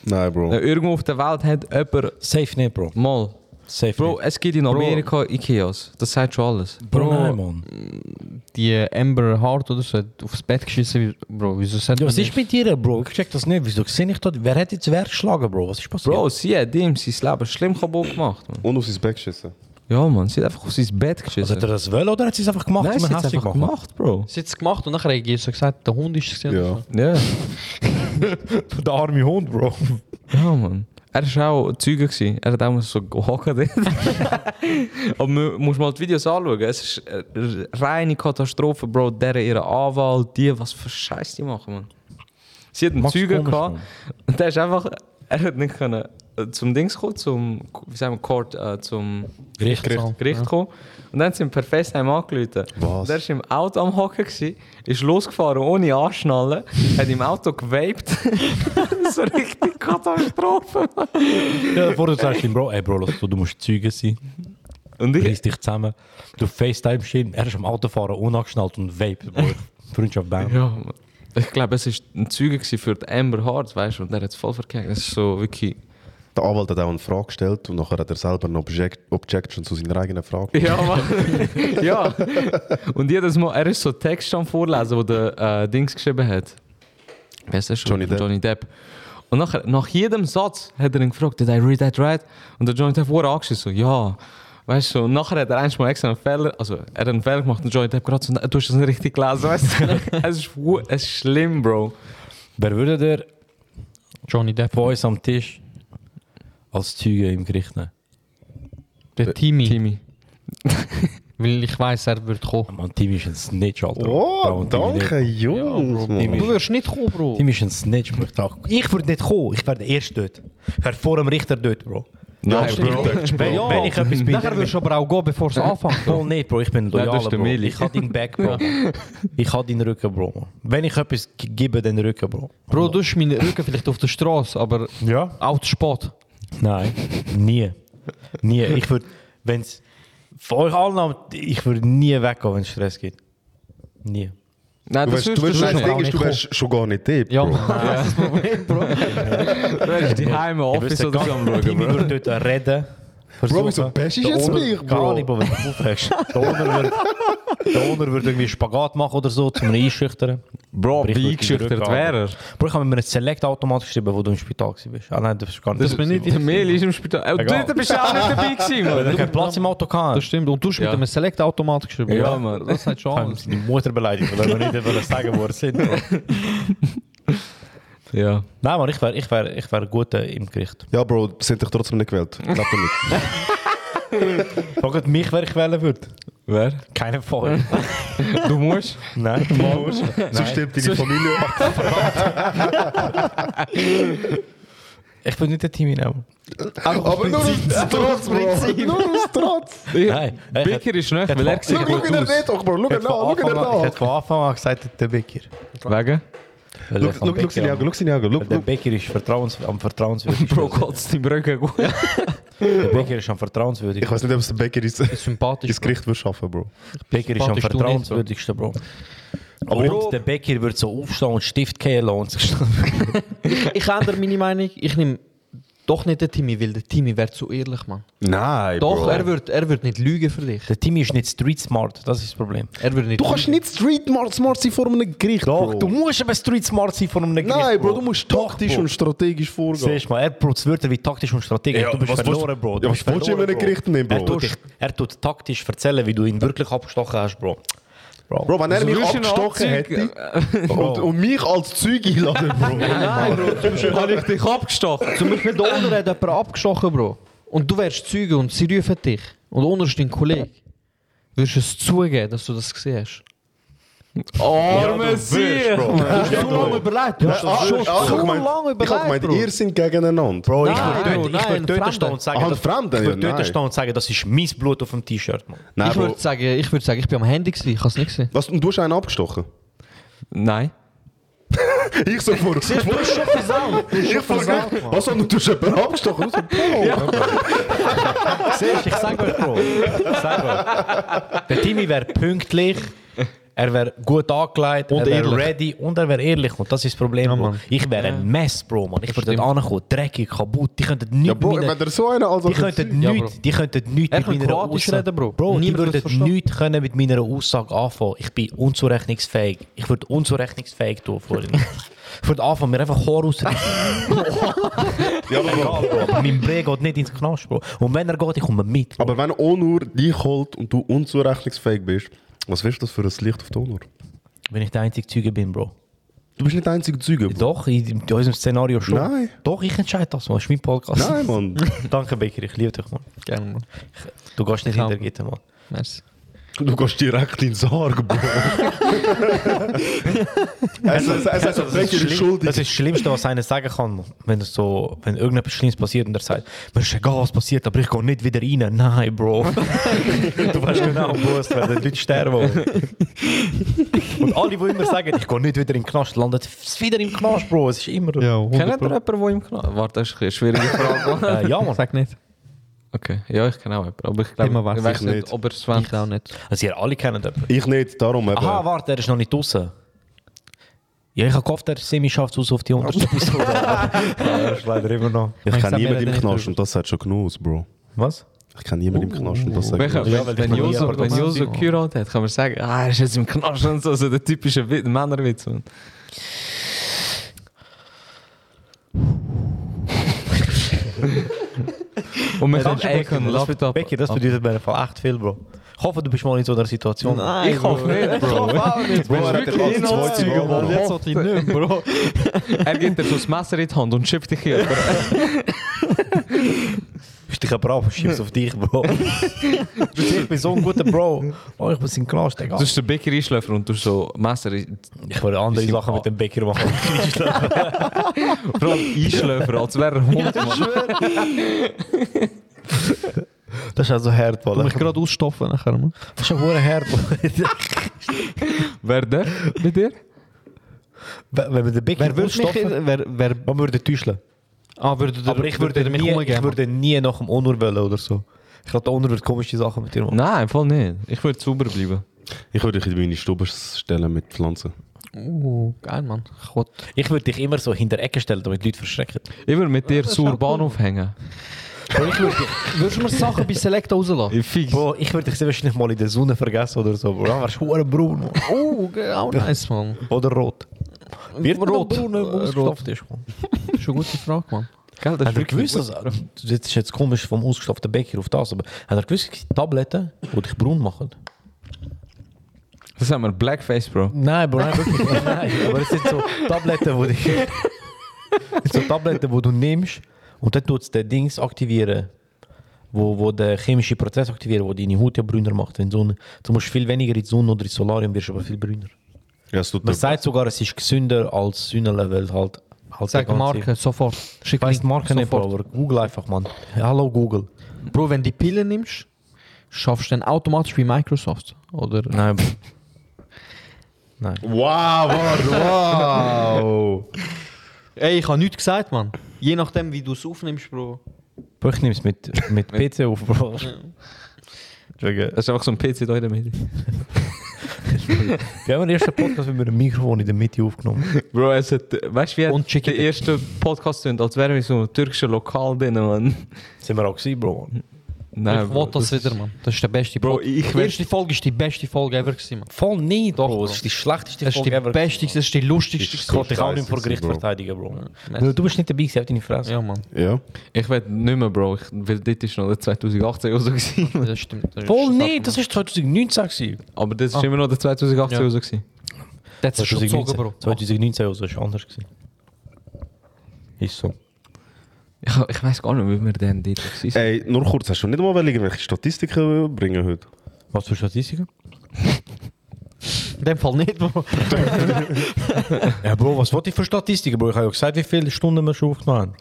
S2: Nein, Bro.
S3: Ja, Irgendwo auf der Welt hat jemand
S1: Safe nicht, Bro.
S3: mal.
S1: Safe
S3: Bro,
S1: nicht.
S3: es gibt in Amerika Ikeas. Das sagt schon alles.
S1: Bro, nein, Mann.
S10: Die Amber Hart oder so hat aufs Bett geschissen. wie- Bro, wieso sagt
S1: Ja,
S10: man
S1: was
S10: das?
S1: ist mit dir, Bro? Ich check das nicht. Wieso sehe ich das? Wer hat jetzt wer geschlagen, Bro? Was ist passiert?
S3: Bro, sie hat ihm sein Leben schlimm kaputt gemacht. Mann.
S2: Und auf sein Back geschissen.
S3: Ja, Mann, sie hat einfach auf sein Bett
S1: Also,
S3: geschissen.
S1: hat er das wollen oder hat sie es einfach gemacht?
S3: Nein,
S1: um
S3: sie
S1: ihn
S3: hat
S1: hässlich
S3: einfach
S1: zu machen?
S3: gemacht, Bro.
S10: Sie hat es gemacht und nachher hat er so gesagt, der Hund ist es. gewesen.
S2: Ja.
S1: (laughs)
S3: Ja,
S1: Der arme Hund, Bro.
S3: ja, Mann. Er war auch Zeuge. Gewesen. Er hat auch mal so
S1: (laughs)
S3: gehockt. Aber man muss mal die Videos anschauen. Es ist äh, reine Katastrophe, Bro. Der, ihre Anwalt, die, was für Scheiße die machen, Mann. Sie hat einen
S1: Max
S3: Zeuge
S1: komisch,
S3: gehabt.
S1: Mann.
S3: Und der ist einfach. Er hat nicht können äh, zum Dings kommen, zum, wie sagen wir, Court, äh, zum
S1: Gericht.
S3: Gericht gekommen. Und dann sind wir per FaceTime angerufen.
S2: Was?
S3: Der war im Auto am Hocken, gewesen, ist losgefahren ohne Anschnallen, hat im Auto (laughs) gewaped. so richtig Katastrophe.
S1: Ja, vorher (laughs) sagst du ihm, Bro, ey, Bro, lass, du, du musst Zeuge sein.
S3: Und ich,
S1: Reiß dich zusammen. Du FaceTime ihn. Er ist am Autofahren unangeschnallt und vape, Bro. Freundschaft Bam.
S3: ja, Mann. ich glaube, es war ein Zeuge gewesen für die Amber Hart, weißt du, und der hat es voll verkehrt. Das ist so wirklich.
S2: Der Anwalt hat auch eine Frage gestellt und nachher hat er selber eine Object Objection zu seiner eigenen Frage.
S3: (laughs) Ja, Mann. ja. Und jedes Mal, er ist so Text am Vorlesen, wo der äh, Dings geschrieben hat. Wer ist das schon?
S2: Johnny Depp.
S3: Johnny Depp. Und nachher, nach jedem Satz hat er ihn gefragt, did I read that right? Und der Johnny Depp wurde angeschissen, so, ja. Weißt du, und nachher hat er einmal extra einen Fehler, also er hat einen Fehler gemacht und Johnny Depp gerade so, «Nein, du hast das nicht richtig gelesen, weißt
S2: (laughs)
S3: du? (laughs) es, ist, hu- es ist schlimm, Bro.
S1: Wer würde der
S10: Johnny Depp.
S1: von uns am Tisch als Zeuge im Gericht nehmen?
S10: Der Timmy.
S3: Timmy.
S10: Weil ich weiß, er wird kommen.
S1: Mann, Tim ist ein Snitch, Alter. Trau
S2: Oh,
S1: Tim
S2: danke,
S1: nicht.
S2: Jungs. Mann.
S10: Du wirst nicht kommen, Bro.
S1: Tim ist ein Snitch, Bro. Ich, trau- ich würde nicht kommen. Ich wäre der Erste dort. Ich wäre vor dem Richter dort, Bro.
S2: Nein,
S1: Bro. Wenn, wenn ich etwas bin,
S10: Nachher wirst du aber auch gehen, bevor es anfängt.
S1: Voll nicht, Bro. Ich bin
S3: Nein,
S1: loyal,
S3: das ist der
S1: Bro.
S3: Meli.
S1: Ich habe deinen Back, Bro. Ich habe deinen Rücken, Bro. Wenn ich etwas g- gebe, den Rücken, Bro.
S10: Bro, du hast meinen Rücken vielleicht auf der Straße, aber
S1: Ja?
S10: auch zu spät.
S1: Nein, Nou, nie. Nie. Ich würde, wenn es von euch allen, am- ich würde nou, nie weggehen, wenn es Stress gibt. Nie.
S3: Nein,
S2: Du
S3: das
S2: weißt, du
S3: wirst
S2: weißt,
S3: du schon.
S2: das
S10: schon
S2: Ding
S10: auch
S2: ist, du
S10: nicht
S2: wärst schon gar nicht dort,
S10: Ja,
S2: Bro.
S3: Du wärst die Heime Office oder so am Schauen,
S1: Timmy
S3: Bro.
S1: würde dort reden.
S2: Bro, wieso bashst du jetzt mich, Bro?
S1: Gar nicht, Bro, wenn du aufhörst. Der Owner würde- der Owner würde irgendwie Spagat machen oder so, um ihn einschüchtern.
S3: Bro,
S1: Aber ich
S3: wie
S1: würd ihn
S3: eingeschüchtert
S1: drücken,
S3: wäre er?
S1: Bro, ich habe mir einen Select-Automat geschrieben, wo du im Spital warst. Ah nein, das ist gar nicht.
S10: Das bin nicht
S3: Der Mel ist im Spital. Oh,
S1: Egal.
S3: dort bist du auch nicht dabei gewesen, (laughs) Mann.
S1: ich keinen Platz im Auto gehabt.
S10: Das stimmt. Und du hast
S3: Ja.
S10: mit einem Select-Automat geschrieben.
S3: Ja, Mann.
S10: Das hat schon
S1: Ich habe
S10: alles.
S1: seine Mutter beleidigt, weil wir nicht wollen sagen, wo wir sind. Bro.
S3: Ja.
S1: Nein, Mann, ich wäre ich wär, ich wär gut äh, im Gericht.
S2: Ja, (laughs) Bro, sind dich trotzdem nicht gewählt. Glaubt mir nicht.
S1: Fragt mich, wer ich wählen würde.
S3: Wer?
S1: Keine Fall.
S3: (laughs) Du musst?
S1: Nein,
S3: du musst.
S1: Nein.
S3: Sonst-
S1: Ich bin nicht der Timmy Nemo.
S2: Aber nur aus Trotz, Bro. Nur aus Trotz.
S1: Nein, ich hätte-
S3: Bicker ist nicht, weil er sieht
S2: Schau, schau
S3: gut
S2: ihn
S3: aus.
S2: nicht doch, Bro. Schau
S1: ich
S2: ihn
S1: hätte von Anfang an- ich
S2: an, schau ihn an.
S1: hätte von Anfang an gesagt, der Bäcker.
S3: Wegen?
S1: Weil
S2: Schau-
S1: ich am
S2: Schau schau
S1: Bäcker
S2: seine
S1: am-
S2: Augen, schau seine Augen.
S1: weil
S2: schau-
S1: Der Bäcker ist vertrauens, am vertrauenswürdigsten.
S3: Bro, Gott, die Brücke gut.
S1: Der Bäcker ist am vertrauenswürdigsten.
S2: Ich weiß nicht, ob es der Bäcker (laughs) ist. Das
S10: Sympathisch.
S2: Gericht wird schaffen, Bro.
S1: Bäcker ist am
S10: sympathisch, du nicht,
S1: vertrauenswürdigsten, Bro. Aber
S3: Bro-
S1: der Bäcker wird so aufstehen und Stift gehen lassen und sich
S10: ich ändere meine Meinung. Ich nehme doch nicht den Timmy, weil der Timmy wäre zu ehrlich, Mann.
S2: Nein,
S10: Doch, er würde er wird nicht lügen für dich.
S1: Der Timmy ist nicht street smart, das ist das Problem.
S10: Er würde nicht
S2: Du kannst nicht street smart sein vor einem Gericht, Bro.
S1: musst aber street smart sein von einem Gericht.
S2: Nein, Bro, du musst taktisch und strategisch vorgehen.
S1: Siehst du mal, er braucht Wörter wie taktisch und strategisch.
S2: Ja,
S1: du bist
S2: was
S1: verloren,
S2: willst-
S1: Bro.
S2: Ja,
S1: bist
S2: was willst du
S1: verloren,
S2: in einem Gericht nehmen, Bro?
S1: Er tut, dich- er tut taktisch erzählen, wie du ihn wirklich abgestochen hast, Bro.
S2: Bro, wenn er mich
S3: würdest du einen
S2: abgestochen
S3: Abzug-
S2: hätte (laughs) und, und mich als Zeug einladen, Bro.
S10: Nein, Bro. Zum Beispiel
S3: Habe ich dich abgestochen?
S10: Zum Beispiel der Owner hat jemanden abgestochen, Bro. Und du wärst Zeuge und sie rufen dich. Und der Owner ist dein Kollege. Würdest du es zugeben, dass du das gesehen hast?
S3: Arme ja,
S10: Du hast so lange überlegt. Du hast
S2: Ah,
S10: schon
S2: ah,
S10: so
S2: ich mein-
S10: lange
S2: Ich hab gemeint,
S10: überlegt, Bro.
S2: ihr seid gegeneinander. Bro,
S1: Ich
S10: Nein,
S1: würde
S10: Bro,
S1: dort- ich
S10: nein,
S1: würde dort
S10: Fremde.
S1: stehen und sagen,
S2: Ah,
S1: das-
S2: Fremde,
S1: ich würde
S2: ja,
S1: dort
S2: nein.
S1: stehen und sagen, das ist mein Blut auf dem T-Shirt, Mann.
S2: Nein,
S10: Ich
S2: Nou, Bro.
S10: würde sagen, ich würde sagen, ich bin am Handy gewesen. Ich habe es nicht gesehen.
S2: Was, und du hast einen abgestochen?
S3: Nein.
S2: Ich so vor.
S10: Du bist schon versaut. Du bist
S2: Ich
S10: schon
S2: vor
S10: versaut, Mann.
S2: Was, und du hast jemanden abgestochen? Du so, Bro.
S1: Siehst du, ich sag euch, Bro. Ich sag euch. Der Timmy wäre pünktlich, er wäre gut angelegt, er wäre
S10: ehrlich.
S1: ready und er wäre ehrlich. Und das ist das Problem, Bro.
S10: Mann.
S1: Ich wäre ein Mess, Bro, Mann. Ich würde dort ankommen, dreckig, kaputt. Die könnten
S2: Ja,
S1: nichts
S2: Bro,
S1: mit-
S2: wenn der also so einen als
S1: Die könnten
S10: Ja,
S1: nichts,
S10: Bro.
S1: die könnten nichts
S10: Er
S1: mit
S10: kann
S1: meiner
S10: Kroatisch
S1: Aussage...
S10: reden, Bro.
S1: Bro die
S10: Niemand würd's
S1: würden
S10: verstehen.
S1: nichts können mit meiner Aussage anfangen. Ich bin unzurechnungsfähig. Ich würde unzurechnungsfähig tun vorhin. (laughs) ich würde anfangen, mir einfach Haar auszureißen.
S2: Ja, aber, Bro.
S1: (laughs) Aber mein Brei geht nicht ins Knast, Bro. Und wenn er geht, ich komme mit.
S2: aber wenn Onur dich holt und du unzurechnungsfähig bist, was wirst du das für ein Licht auf die Onur?
S1: Wenn ich der einzige Zeuge bin, Bro.
S2: Du bist nicht der einzige Zeuge, Bro.
S1: Doch, in, in unserem Szenario schon.
S2: Nein.
S1: Doch, ich entscheide das, Mann. Das ist mein Podcast. (laughs)
S2: Nein, Mann.
S1: Danke, Becker. Ich liebe dich, Mann.
S10: Gerne, Mann.
S1: Du gehst nicht
S10: Klar.
S1: hinter Gitter, Mann.
S10: Merci.
S2: (laughs) Du gehst direkt in den Sarg, (laughs) Bro. es es, es, es, es,
S1: Das ist,
S2: ist
S1: schlimm, das
S2: schuldig.
S1: ist das Schlimmste, was einer sagen kann, Mann. wenn es so, wenn irgendetwas Schlimmes passiert und er sagt, mir ist egal, was passiert, aber ich gehe nicht wieder rein. Nein, (laughs) Bro. du weißt genau, Bro, es werden Leute sterben. Mann. und alle, die immer sagen, ich gehe nicht wieder in den Knast, landen f- wieder im Knast, Bro. Es ist immer...
S3: Kennt ihr jemanden, der im Knast... Warte, das ist eine schwierige Frage. (laughs)
S1: Äh, ja, Mann.
S10: Sag nicht.
S3: okay, ja, nou ich kenne auch jemanden, aber ich glaube,
S10: Immer weiß
S3: ich weiß
S10: ich
S3: nicht,
S2: nicht.
S3: ob er es
S10: Ich auch nicht.
S1: Also ihr alle kennt jemanden.
S2: Ich nicht, darum eben.
S1: Aha, warte, er ist noch nicht draußen. Ja, ich habe gehofft, er Semi schafft aus auf die unterste Episode. (laughs) Er ist leider immer noch.
S2: ich
S10: Ich
S2: kenne
S10: sag mir
S2: niemanden im
S10: nicht
S2: Knast
S10: drüber.
S2: und das sagt schon genug aus, Bro.
S1: Was?
S2: Ich kenne niemanden im Knast und das sagt
S3: Welcher,
S2: genug aus.
S1: Ja, weil
S3: wenn,
S1: ich
S3: wenn
S1: noch nie
S3: Joso,
S1: jemanden
S3: wenn
S1: gesehen
S3: Joso
S1: habe.
S3: geheiratet hat, kann man sagen, ah, er ist jetzt im Knast und so, so der typische Wit- Männerwitz. Mann. und man kann schon können Laugh it up.
S1: Becky, das bedeutet mir einfach echt viel, Bro. Ich hoffe, du bist mal in so einer Situation.
S3: Ich hoffe nicht, Ah, (laughs) Bro.
S2: Bro, er hat den
S3: wirklich
S2: als zweite
S3: Inhaltszeuge,
S2: Wahl,
S3: Mann.
S2: Bro.
S3: sollte ich nicht, Bro. er gibt dir so das Messer in die Hand und schippt dich hier.
S1: Bist dich aber auf, schieb's auf dich,
S3: (laughs)
S1: Bro. Dus ich bin so ein guter Bro. Oh, ich muss in den Knast, Digga.
S3: Du bist der Bäcker einschläfer und du so Messer in
S1: Ich würde andere Sachen mit dem Bäcker
S3: (laughs)
S1: machen.
S3: Vor allem Einschläfer, als wäre er Hund. Mann.
S1: Das ist also hart,
S10: Du
S1: Mann.
S10: mich gerade ausstopfen nachher, Mann.
S1: Das ist ja hure hart, (laughs) Mann.
S3: Wer der mit dir?
S1: Wenn wir den Bäcker
S10: Wer würde mich...
S1: stoppen,
S10: Wer, wer,
S1: man würde täuschen.
S10: ah, würde der-
S1: Aber ich würde,
S10: der
S1: nie, ich
S10: umgeben?
S1: würde nie nach dem Onur wollen oder so. Ich glaube, der Onur wird komische Sachen mit dir machen.
S3: Nein, voll nicht. Ich würde sauber bleiben.
S2: Ich würde dich in meine Stube stellen mit Pflanzen.
S10: Uh, geil, Mann. Ich will-
S1: Ich würde dich immer so hinter Ecke stellen, damit die Leute verschrecken.
S3: Immer mit dir zur Bahnhof hängen.
S10: Würdest du mir Sachen bei Select rauslassen?
S3: Ich fix.
S1: Bro, ich würde dich sehr wahrscheinlich mal in der Sonne vergessen oder so, Bro. Dann wärst du hure braun Mann.
S10: Oh, ge- auch nice, Mann.
S1: oder rot. Wird man
S10: Rot.
S1: braun, wenn man
S10: Äh,
S1: ausgestopft ist? Mann?
S10: Das ist eine gute Frage, Mann.
S3: Gell,
S1: Hat
S3: das ist
S1: er
S3: wirklich
S1: gewusst, dass, das ist jetzt komisch vom ausgestopften Bäcker auf das, aber hat er gewusst, es gibt Tabletten, die dich braun machen?
S3: Das haben wir Blackface, Bro.
S1: Nein, Bro, nein, wirklich. nicht. (laughs) nein, aber es sind so Tabletten, wo dich... Es sind so Tabletten, die du nimmst und dann tut es den Dings aktivieren. wo, wo der chemische Prozess aktiviert, wo deine Haut ja brüner macht. Wenn die Sonne, du musst viel weniger in die Sonne oder ins Solarium, wirst aber viel brüner.
S2: Ja, es tut
S1: Man
S2: dir-
S1: sagt sogar, es ist gesünder als Sünnele, weil halt... halt
S10: Sag Marke, eh, sofort.
S1: Schick ich weiss die Marke nicht, Bro,
S10: sofort.
S1: aber Google einfach, Mann. Hallo Google.
S10: Bro, wenn du die Pille nimmst, schaffst du dann automatisch wie Microsoft, oder?
S3: Nou
S1: Nein.
S12: Wow,
S10: wow, Ey, ich habe nichts gesagt, Mann. Je nachdem, wie du es aufnimmst, Bro.
S1: Bro, ich nehme es mit, mit PC auf, Bro.
S3: Das ist einfach so ein PC da in der Mitte.
S1: Wir haben den ersten Podcast mit einem Mikrofon in der Mitte aufgenommen.
S3: Bro, es hat, weißt du, wie hat der erste Podcast tönt, als wären wir so einem türkischen Lokal drin, Mann.
S1: Sind wir auch gewesen, Bro?
S3: Nein,
S10: ich
S3: Nou Bro, Dus
S10: wollte das,
S3: das
S10: wieder, Mann. Das ist der beste
S3: Bro,
S10: Pod-
S3: ich
S10: Die
S3: werd-
S10: erste Folge ist die beste Folge ever gewesen, Mann.
S1: Voll nie, Doch, Bro.
S10: Bro.
S1: Das ist die schlechteste
S10: Das ist die
S1: Folge ever.
S10: beste, das ist die lustigste.
S1: Ich konnte dich auch nicht vor Gericht verteidigen, Bro. Weil du bist nicht dabei, gewesen, auf deine Fresse.
S10: Ja, Mann.
S2: Ja.
S3: Ich will nicht mehr, Bro. Ich, weil dort ist noch der 2018 Uso (laughs) gewesen.
S10: Das stimmt. Das
S1: Voll nee, das ist 2019 gewesen.
S3: Aber das ist
S1: Ah.
S3: immer noch der 2018
S1: Ja.
S3: Uso gewesen.
S10: Das ist schon gezogen, Bro.
S1: 2019 also ist anders gewesen. Ist so.
S3: Ich, ich weiß gar nicht, wie wir denn dort gewesen sind.
S2: Ey, nur kurz, hast du nicht mal irgendwelche Statistiken bringen heute?
S1: Was für Statistiken?
S10: In dem Fall nicht, Bro.
S1: Ja, Bro, was wollte ich für Statistiken, Bro? Ich habe ja gesagt, wie viele Stunden wir schon aufgenommen haben.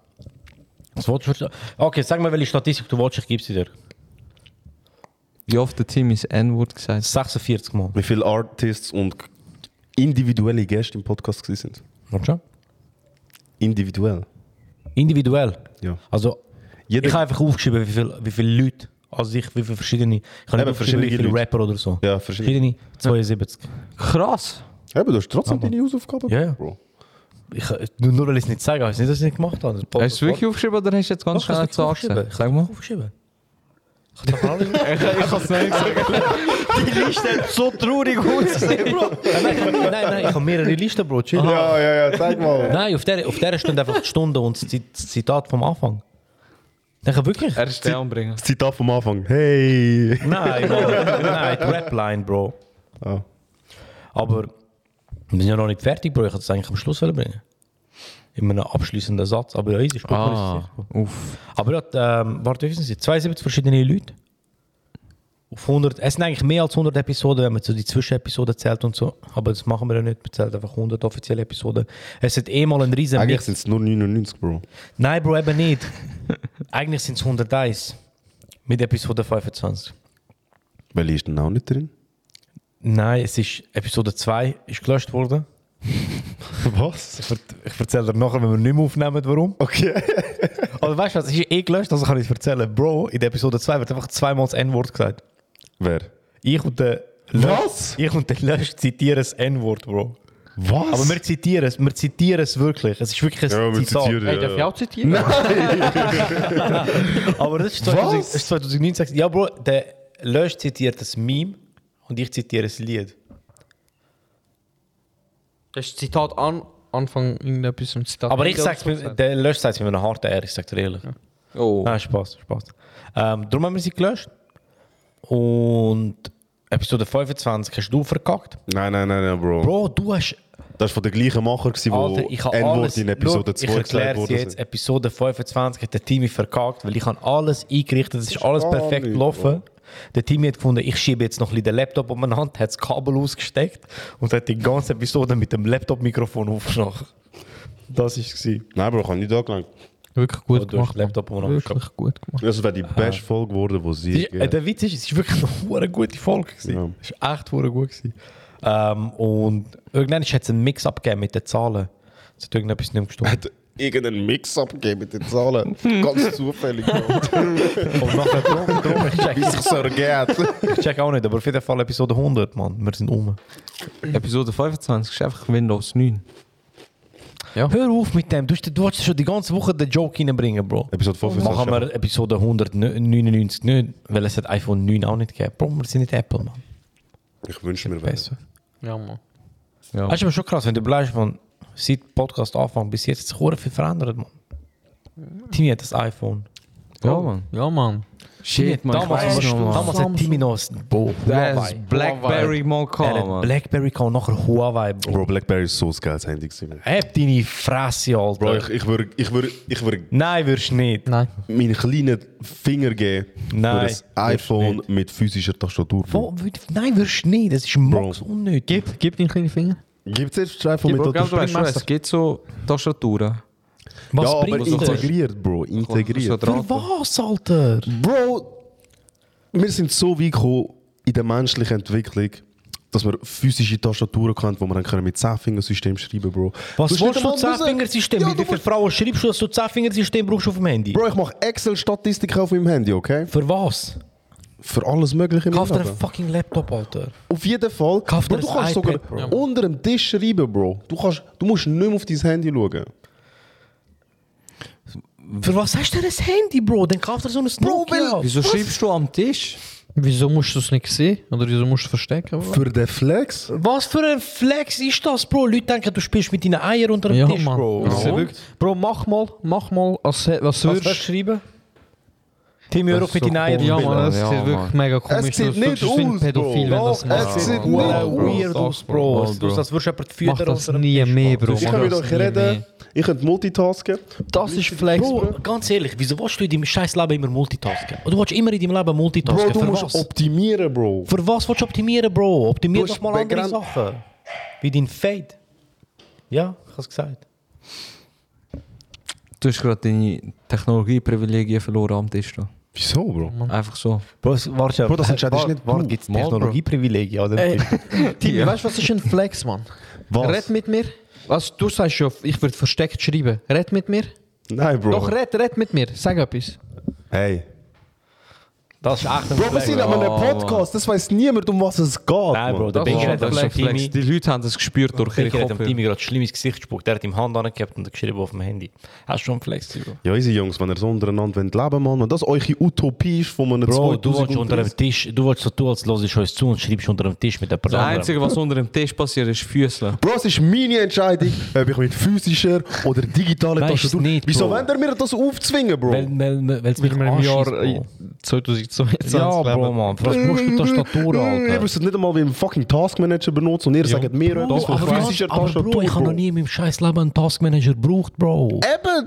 S1: Was wollt ihr für Sta- Okay, sag mal, welche Statistik du willst, ich gebe sie dir.
S3: Wie oft der Team ist N-Wort gesagt?
S1: 46 Mal.
S2: Wie viele Artists und individuelle Gäste im Podcast gewesen sind?
S1: Warte schon.
S2: Individuell.
S1: Individuell?
S2: Ja.
S1: Also,
S2: Jeder-
S1: ich habe einfach aufgeschrieben, wie viele wie viel Leute, also ich, wie viele verschiedene. Ich habe nicht
S2: Eben,
S1: aufgeschrieben, wie
S2: verschiedene
S1: viele
S2: Leute.
S1: Rapper oder so.
S2: Ja,
S1: verschiedene.
S2: verschiedene.
S1: 72.
S3: Krass!
S2: Eben, du hast trotzdem deine Hausaufgaben
S1: Ja, ja.
S2: gemacht, Bro.
S1: Ich, nur, nur weil ich es nicht sage, heißt nicht, dass ich es nicht gemacht habe.
S3: Hast du es wirklich aufgeschrieben oder hast du jetzt ganz
S1: Doch, ich habe
S3: schnell
S1: es wirklich aufgeschrieben.
S3: gesagt? Sag mal.
S1: aufgeschrieben? (laughs)
S3: Ich hab's nicht gesagt.
S10: Die Liste hat so traurig ausgesehen, Bro.
S1: nein, nein, nein, ich habe mehrere Listen, Bro. Chill.
S2: Ja, ja, ja, zeig
S1: (laughs)
S2: mal.
S1: Nein, auf der, auf der stehen einfach die Stunde und das Zi- das Zitat vom Anfang. Ich habe wirklich.
S3: Er ist der Anbringer.
S2: Das Zitat vom Anfang. Hey!
S1: Nein, Bro. Nein, die Rapline, Bro.
S2: Ja.
S1: Aber wir sind ja noch nicht fertig, Bro. Ich hätte es eigentlich am Schluss wollen bringen. In einem abschließenden Satz. Aber ja, easy, ist gut.
S3: Ah,
S1: uff. Aber ja, ähm, warte, wissen Sie, 72 verschiedene Leute. Auf 100, es sind eigentlich mehr als 100 Episoden, wenn man so die Zwischenepisoden zählt und so. Aber das machen wir ja nicht, man zählt einfach 100 offizielle Episoden. Es hat eh mal einen riesen
S2: Eigentlich
S1: Mix.
S2: sind es nur 99, Bro.
S1: Nein, Bro, eben nicht. (laughs) Eigentlich sind es 101 mit Episode 25.
S2: Welche ist denn auch nicht drin?
S1: Nein, es ist Episode 2 ist gelöscht worden.
S2: (laughs) Was?
S1: Ich, vert- ich erzähle dir nachher, wenn wir nicht mehr aufnehmen, warum.
S2: Okay.
S1: (laughs) Aber weißt du was, es ist eh gelöscht, also kann ich es erzählen. Bro, in der Episode 2 wird einfach zweimal das N-Wort gesagt.
S2: Wer?
S1: Ich und der
S2: Was?
S1: Ich und der Lösch zitieren das N-Wort, Bro.
S2: Was?
S1: Aber wir zitieren es, wir zitieren es wirklich. Es ist wirklich ein
S2: Ja, wir
S1: Zitat.
S2: zitieren,
S10: Ey,
S2: ja.
S10: darf ich auch zitieren?
S1: Aber das ist 2000, das ist 2019. Ja, Bro, der Lösch zitiert das Meme und ich zitiere das Lied.
S10: Das ist Zitat an, Anfang irgendetwas im Zitat.
S1: Aber ich sag's mir, der Lösch sagt es mit einer harten R, ich sag's dir ehrlich.
S3: Oh.
S1: Nein, Spaß, Spaß. Ähm, darum haben wir sie gelöscht. Und Episode 25 hast du verkackt.
S2: Nein, nein, nein, nein, Bro.
S1: Bro, du hast.
S2: Das war von der gleichen Macher, gewesen, wo
S1: Alter, ich habe alles.
S2: N-Wort in Episode
S1: Schau,
S2: 2
S1: ich erkläre
S2: gesagt
S1: es
S2: worden
S1: jetzt.
S2: ist.
S1: Episode 25 hat der Timmy verkackt, weil ich habe alles eingerichtet. Es ist
S2: ist
S1: alles
S2: gar
S1: perfekt
S2: nicht,
S1: gelaufen. Der Timmy hat gefunden, ich schiebe jetzt noch ein bisschen den Laptop um meine Hand, hat das Kabel ausgesteckt und hat die ganze Episode mit dem Laptop-Mikrofon aufgeschnappt. Das war es.
S2: Nein, Bro, ich habe nicht angelangt.
S10: Wirklich
S1: Oh,
S10: gut
S1: du hast
S10: gemacht.
S1: den Laptop
S10: Mann.
S1: auch noch
S10: Wirklich gut gemacht.
S2: Das wäre die beste Folge geworden, die sie
S1: Die- äh, Der Witz ist, es war wirklich eine hure gute Folge.
S2: Ja.
S1: gewesen. Es war echt hure gut. gewesen. Ähm, und irgendwann hat es einen Mix-up gegeben mit den Zahlen. Es hat irgendetwas nicht mehr gestimmt.
S2: (laughs) hat irgendeinen Mix-up gegeben mit den Zahlen. Ganz zufällig, Bro.
S1: Und nachher drum, drum, ich check,
S2: Wie sich so ergeht.
S1: ich check auch nicht, aber auf jeden Fall Episode 100, Mann. Wir sind um.
S3: Episode 25 ist einfach Windows 9.
S1: Hör auf mit dem, du, hast- du wolltest schon die ganze Woche den Joke reinbringen, Bro.
S2: Episode 25.
S1: Machen wir Episode 199 nicht, weil es hat iPhone 9 auch nicht gegeben. Bro, wir sind nicht Apple, Mann.
S2: Ich wünsche mir was.
S1: Besser.
S10: Ja, Mann.
S3: Ja.
S1: Das ist aber schon krass, wenn du bleibst, man, seit Podcast Anfang bis jetzt hat sich hure viel verändert, man. Timmy hat das iPhone.
S3: Ja, Mann.
S10: Ja, Mann.
S3: Shit, man.
S1: damals,
S3: ich weiß
S1: hast-
S3: noch, Mann.
S1: damals hat Timmy noch ein Bo.
S3: Der
S1: nou Huawei.
S3: ist Blackberry mal
S1: Er
S3: gehabt,
S1: hat
S3: Mann.
S1: Blackberry gehabt, nachher Huawei.
S2: Bro, Blackberry ist so ein geiles Handy. gewesen.
S1: Heb deine Fresse, Alter.
S2: Bro, ich, ich würde ich würd, ich würd
S1: Nein, würdest du nicht.
S10: Nein.
S2: meinen kleinen Finger geben
S1: Nein,
S2: für ein iPhone mit physischer Tastatur. Bro.
S1: Wo- würd- Nein, würdest du nicht. Das ist Max
S2: Bro.
S1: unnötig.
S10: Gib, gib deinen kleinen Finger.
S2: Gibt es jetzt ein iPhone
S3: Gib
S2: mit
S3: auch Geld, weißt du,
S2: Tastatur?
S3: es gibt so Tastaturen.
S1: Was
S2: ja, aber
S1: bringt das?
S2: integriert, Bro.
S3: So
S2: Integriert.
S3: dran-
S1: Für was, Alter?
S2: Bro, wir sind so weit gekommen in der menschlichen Entwicklung, dass wir physische Tastaturen hatten, wo wir dann können mit Zehnfingersystem schreiben Bro.
S1: Was
S2: hast nicht
S1: willst du
S2: einmal müssen-
S1: Zehnfingersystem?
S2: Ja,
S1: Wie
S2: du
S1: viele Frauen schreibst du, dass du Zehnfingersystem brauchst auf dem Handy?
S2: Bro, ich mache Excel-Statistiken auf meinem Handy, okay?
S1: Für was?
S2: Für alles Mögliche im
S1: Kauf dir einen
S2: Leben.
S1: fucking Laptop, Alter.
S2: Auf jeden Fall.
S1: Kauf
S2: Bro,
S1: dir
S2: du
S1: ein
S2: kannst
S1: iPad,
S2: sogar
S1: Bro.
S2: unter dem Tisch schreiben, Bro. Du, kannst, du musst nicht mehr auf dein Handy schauen.
S1: Für was hast du denn ein Handy, Bro? Dann kauf dir so ein Nokia.
S3: Wieso schreibst du am Tisch?
S10: Wieso dus musst du es nicht sehen? Oder wieso musst du es verstecken? Bro?
S2: Für den Flex?
S1: Was für ein Flex ist das, Bro? Leute denken, du spielst mit deinen Eiern unter dem
S10: ja,
S1: Tisch,
S10: Mann.
S1: Bro.
S10: Das ist ja wirklich- Bro, mach mal, mach mal, als, he- als
S1: Was
S10: würdest
S1: willst du schreiben? Tim, hör auf mit deinen Eiern.
S10: Ja, Mann, das
S3: Ja,
S10: sieht
S3: Mann.
S10: wirklich mega komisch
S2: Es sieht
S10: aus. Du wirkst
S2: nicht
S10: wie ein
S2: aus,
S10: Pädophil, wenn
S2: Bro.
S10: das machst.
S2: Es sieht
S10: Bro.
S2: nicht
S1: Wow,
S2: Bro.
S1: weird aus, Bro.
S3: Bro.
S1: Das würdest jemand die
S10: Mach
S1: Füder
S10: das
S1: unter dem
S10: nie mehr, Bro.
S2: Ich
S10: Mach
S2: kann mit
S10: das
S2: euch
S10: nie
S2: reden.
S10: mehr.
S2: Ich könnte multitasken.
S10: Das ist Flex,
S1: Bro,
S10: Bro.
S1: ganz ehrlich, wieso willst du in deinem scheiß Leben immer multitasken? Du willst immer in deinem Leben multitasken.
S2: Bro, du
S1: Für
S2: musst
S1: was?
S2: optimieren, Bro.
S1: Für was willst du optimieren, Bro? Optimier
S2: Du
S1: doch
S2: hast
S1: mal andere
S2: begrenzt-
S1: Sachen. Wie dein Fade. Ja, ich hab's gesagt.
S3: Du hast gerade deine Technologieprivilegien verloren am Tisch. da.
S2: Wieso, Bro?
S3: Einfach so.
S1: Bro, warte,
S2: Bro, das entscheidest nicht du.
S1: gibt's
S3: Mal, Bro.
S1: Technologieprivilegien an dem (laughs) Tisch?
S10: Timmy, weißt du, was ist ein Flex, Mann?
S2: Was?
S10: Red mit mir. Was, du sagst schon, ich würde versteckt schreiben. Red mit mir.
S2: Nein, Bro.
S10: Doch, red, red mit mir. Sag etwas.
S2: Hey.
S1: Das ist echt ein
S2: Bro, wir sind an einem Podcast, das weiß niemand, um was es geht.
S1: Nein, Bro,
S2: Mann.
S1: der
S3: Das
S1: Binky
S3: ist-
S1: hat
S3: das
S1: am
S3: ist ein Flex.
S1: Timmy...
S3: Die Leute haben das gespürt durch ihre
S1: Binky hat am
S3: Kopfhörer.
S1: Timmy gerade schlimm ins Gesicht gespuckt. Der hat ihm Hand angehabt und geschrieben auf dem Handy. Hast du schon Flex, Bro?
S2: Ja, unsere Jungs, wenn ihr so untereinander wollt leben wollt, wenn das eure Utopie ist von einem
S1: Bro, du willst
S2: 2030.
S1: unter dem Tisch, du willst so tun, als hörst du uns zu und schreibst unter dem Tisch mit der
S3: Das
S1: Person.
S3: Einzige, was unter dem Tisch passiert, ist Füßle.
S2: Bro, es ist meine
S1: (laughs)
S2: Entscheidung, ob ich mit physischer oder digitaler
S1: Weißt
S2: Tastatur...
S1: du nicht,
S2: Wieso
S1: Bro.
S2: wollt ihr mir das aufzwingen, Bro?
S1: Weil, weil, weil, weil's mich
S10: Weil wir im Jahr äh,
S1: anschießt, Bro.
S10: 2022
S1: Ja, Bro,
S10: leben.
S1: Mann, für was brauchst du Tastatur,
S2: Ihr
S1: Alter?
S2: wisst nicht einmal, wie ein fucking Taskmanager benutzt und ihr sagt mir etwas von
S1: aber,
S2: physischer
S1: aber
S2: Tastatur,
S1: Bro, ich habe noch nie in meinem scheiß Leben einen Taskmanager gebraucht, Bro.
S2: Eben,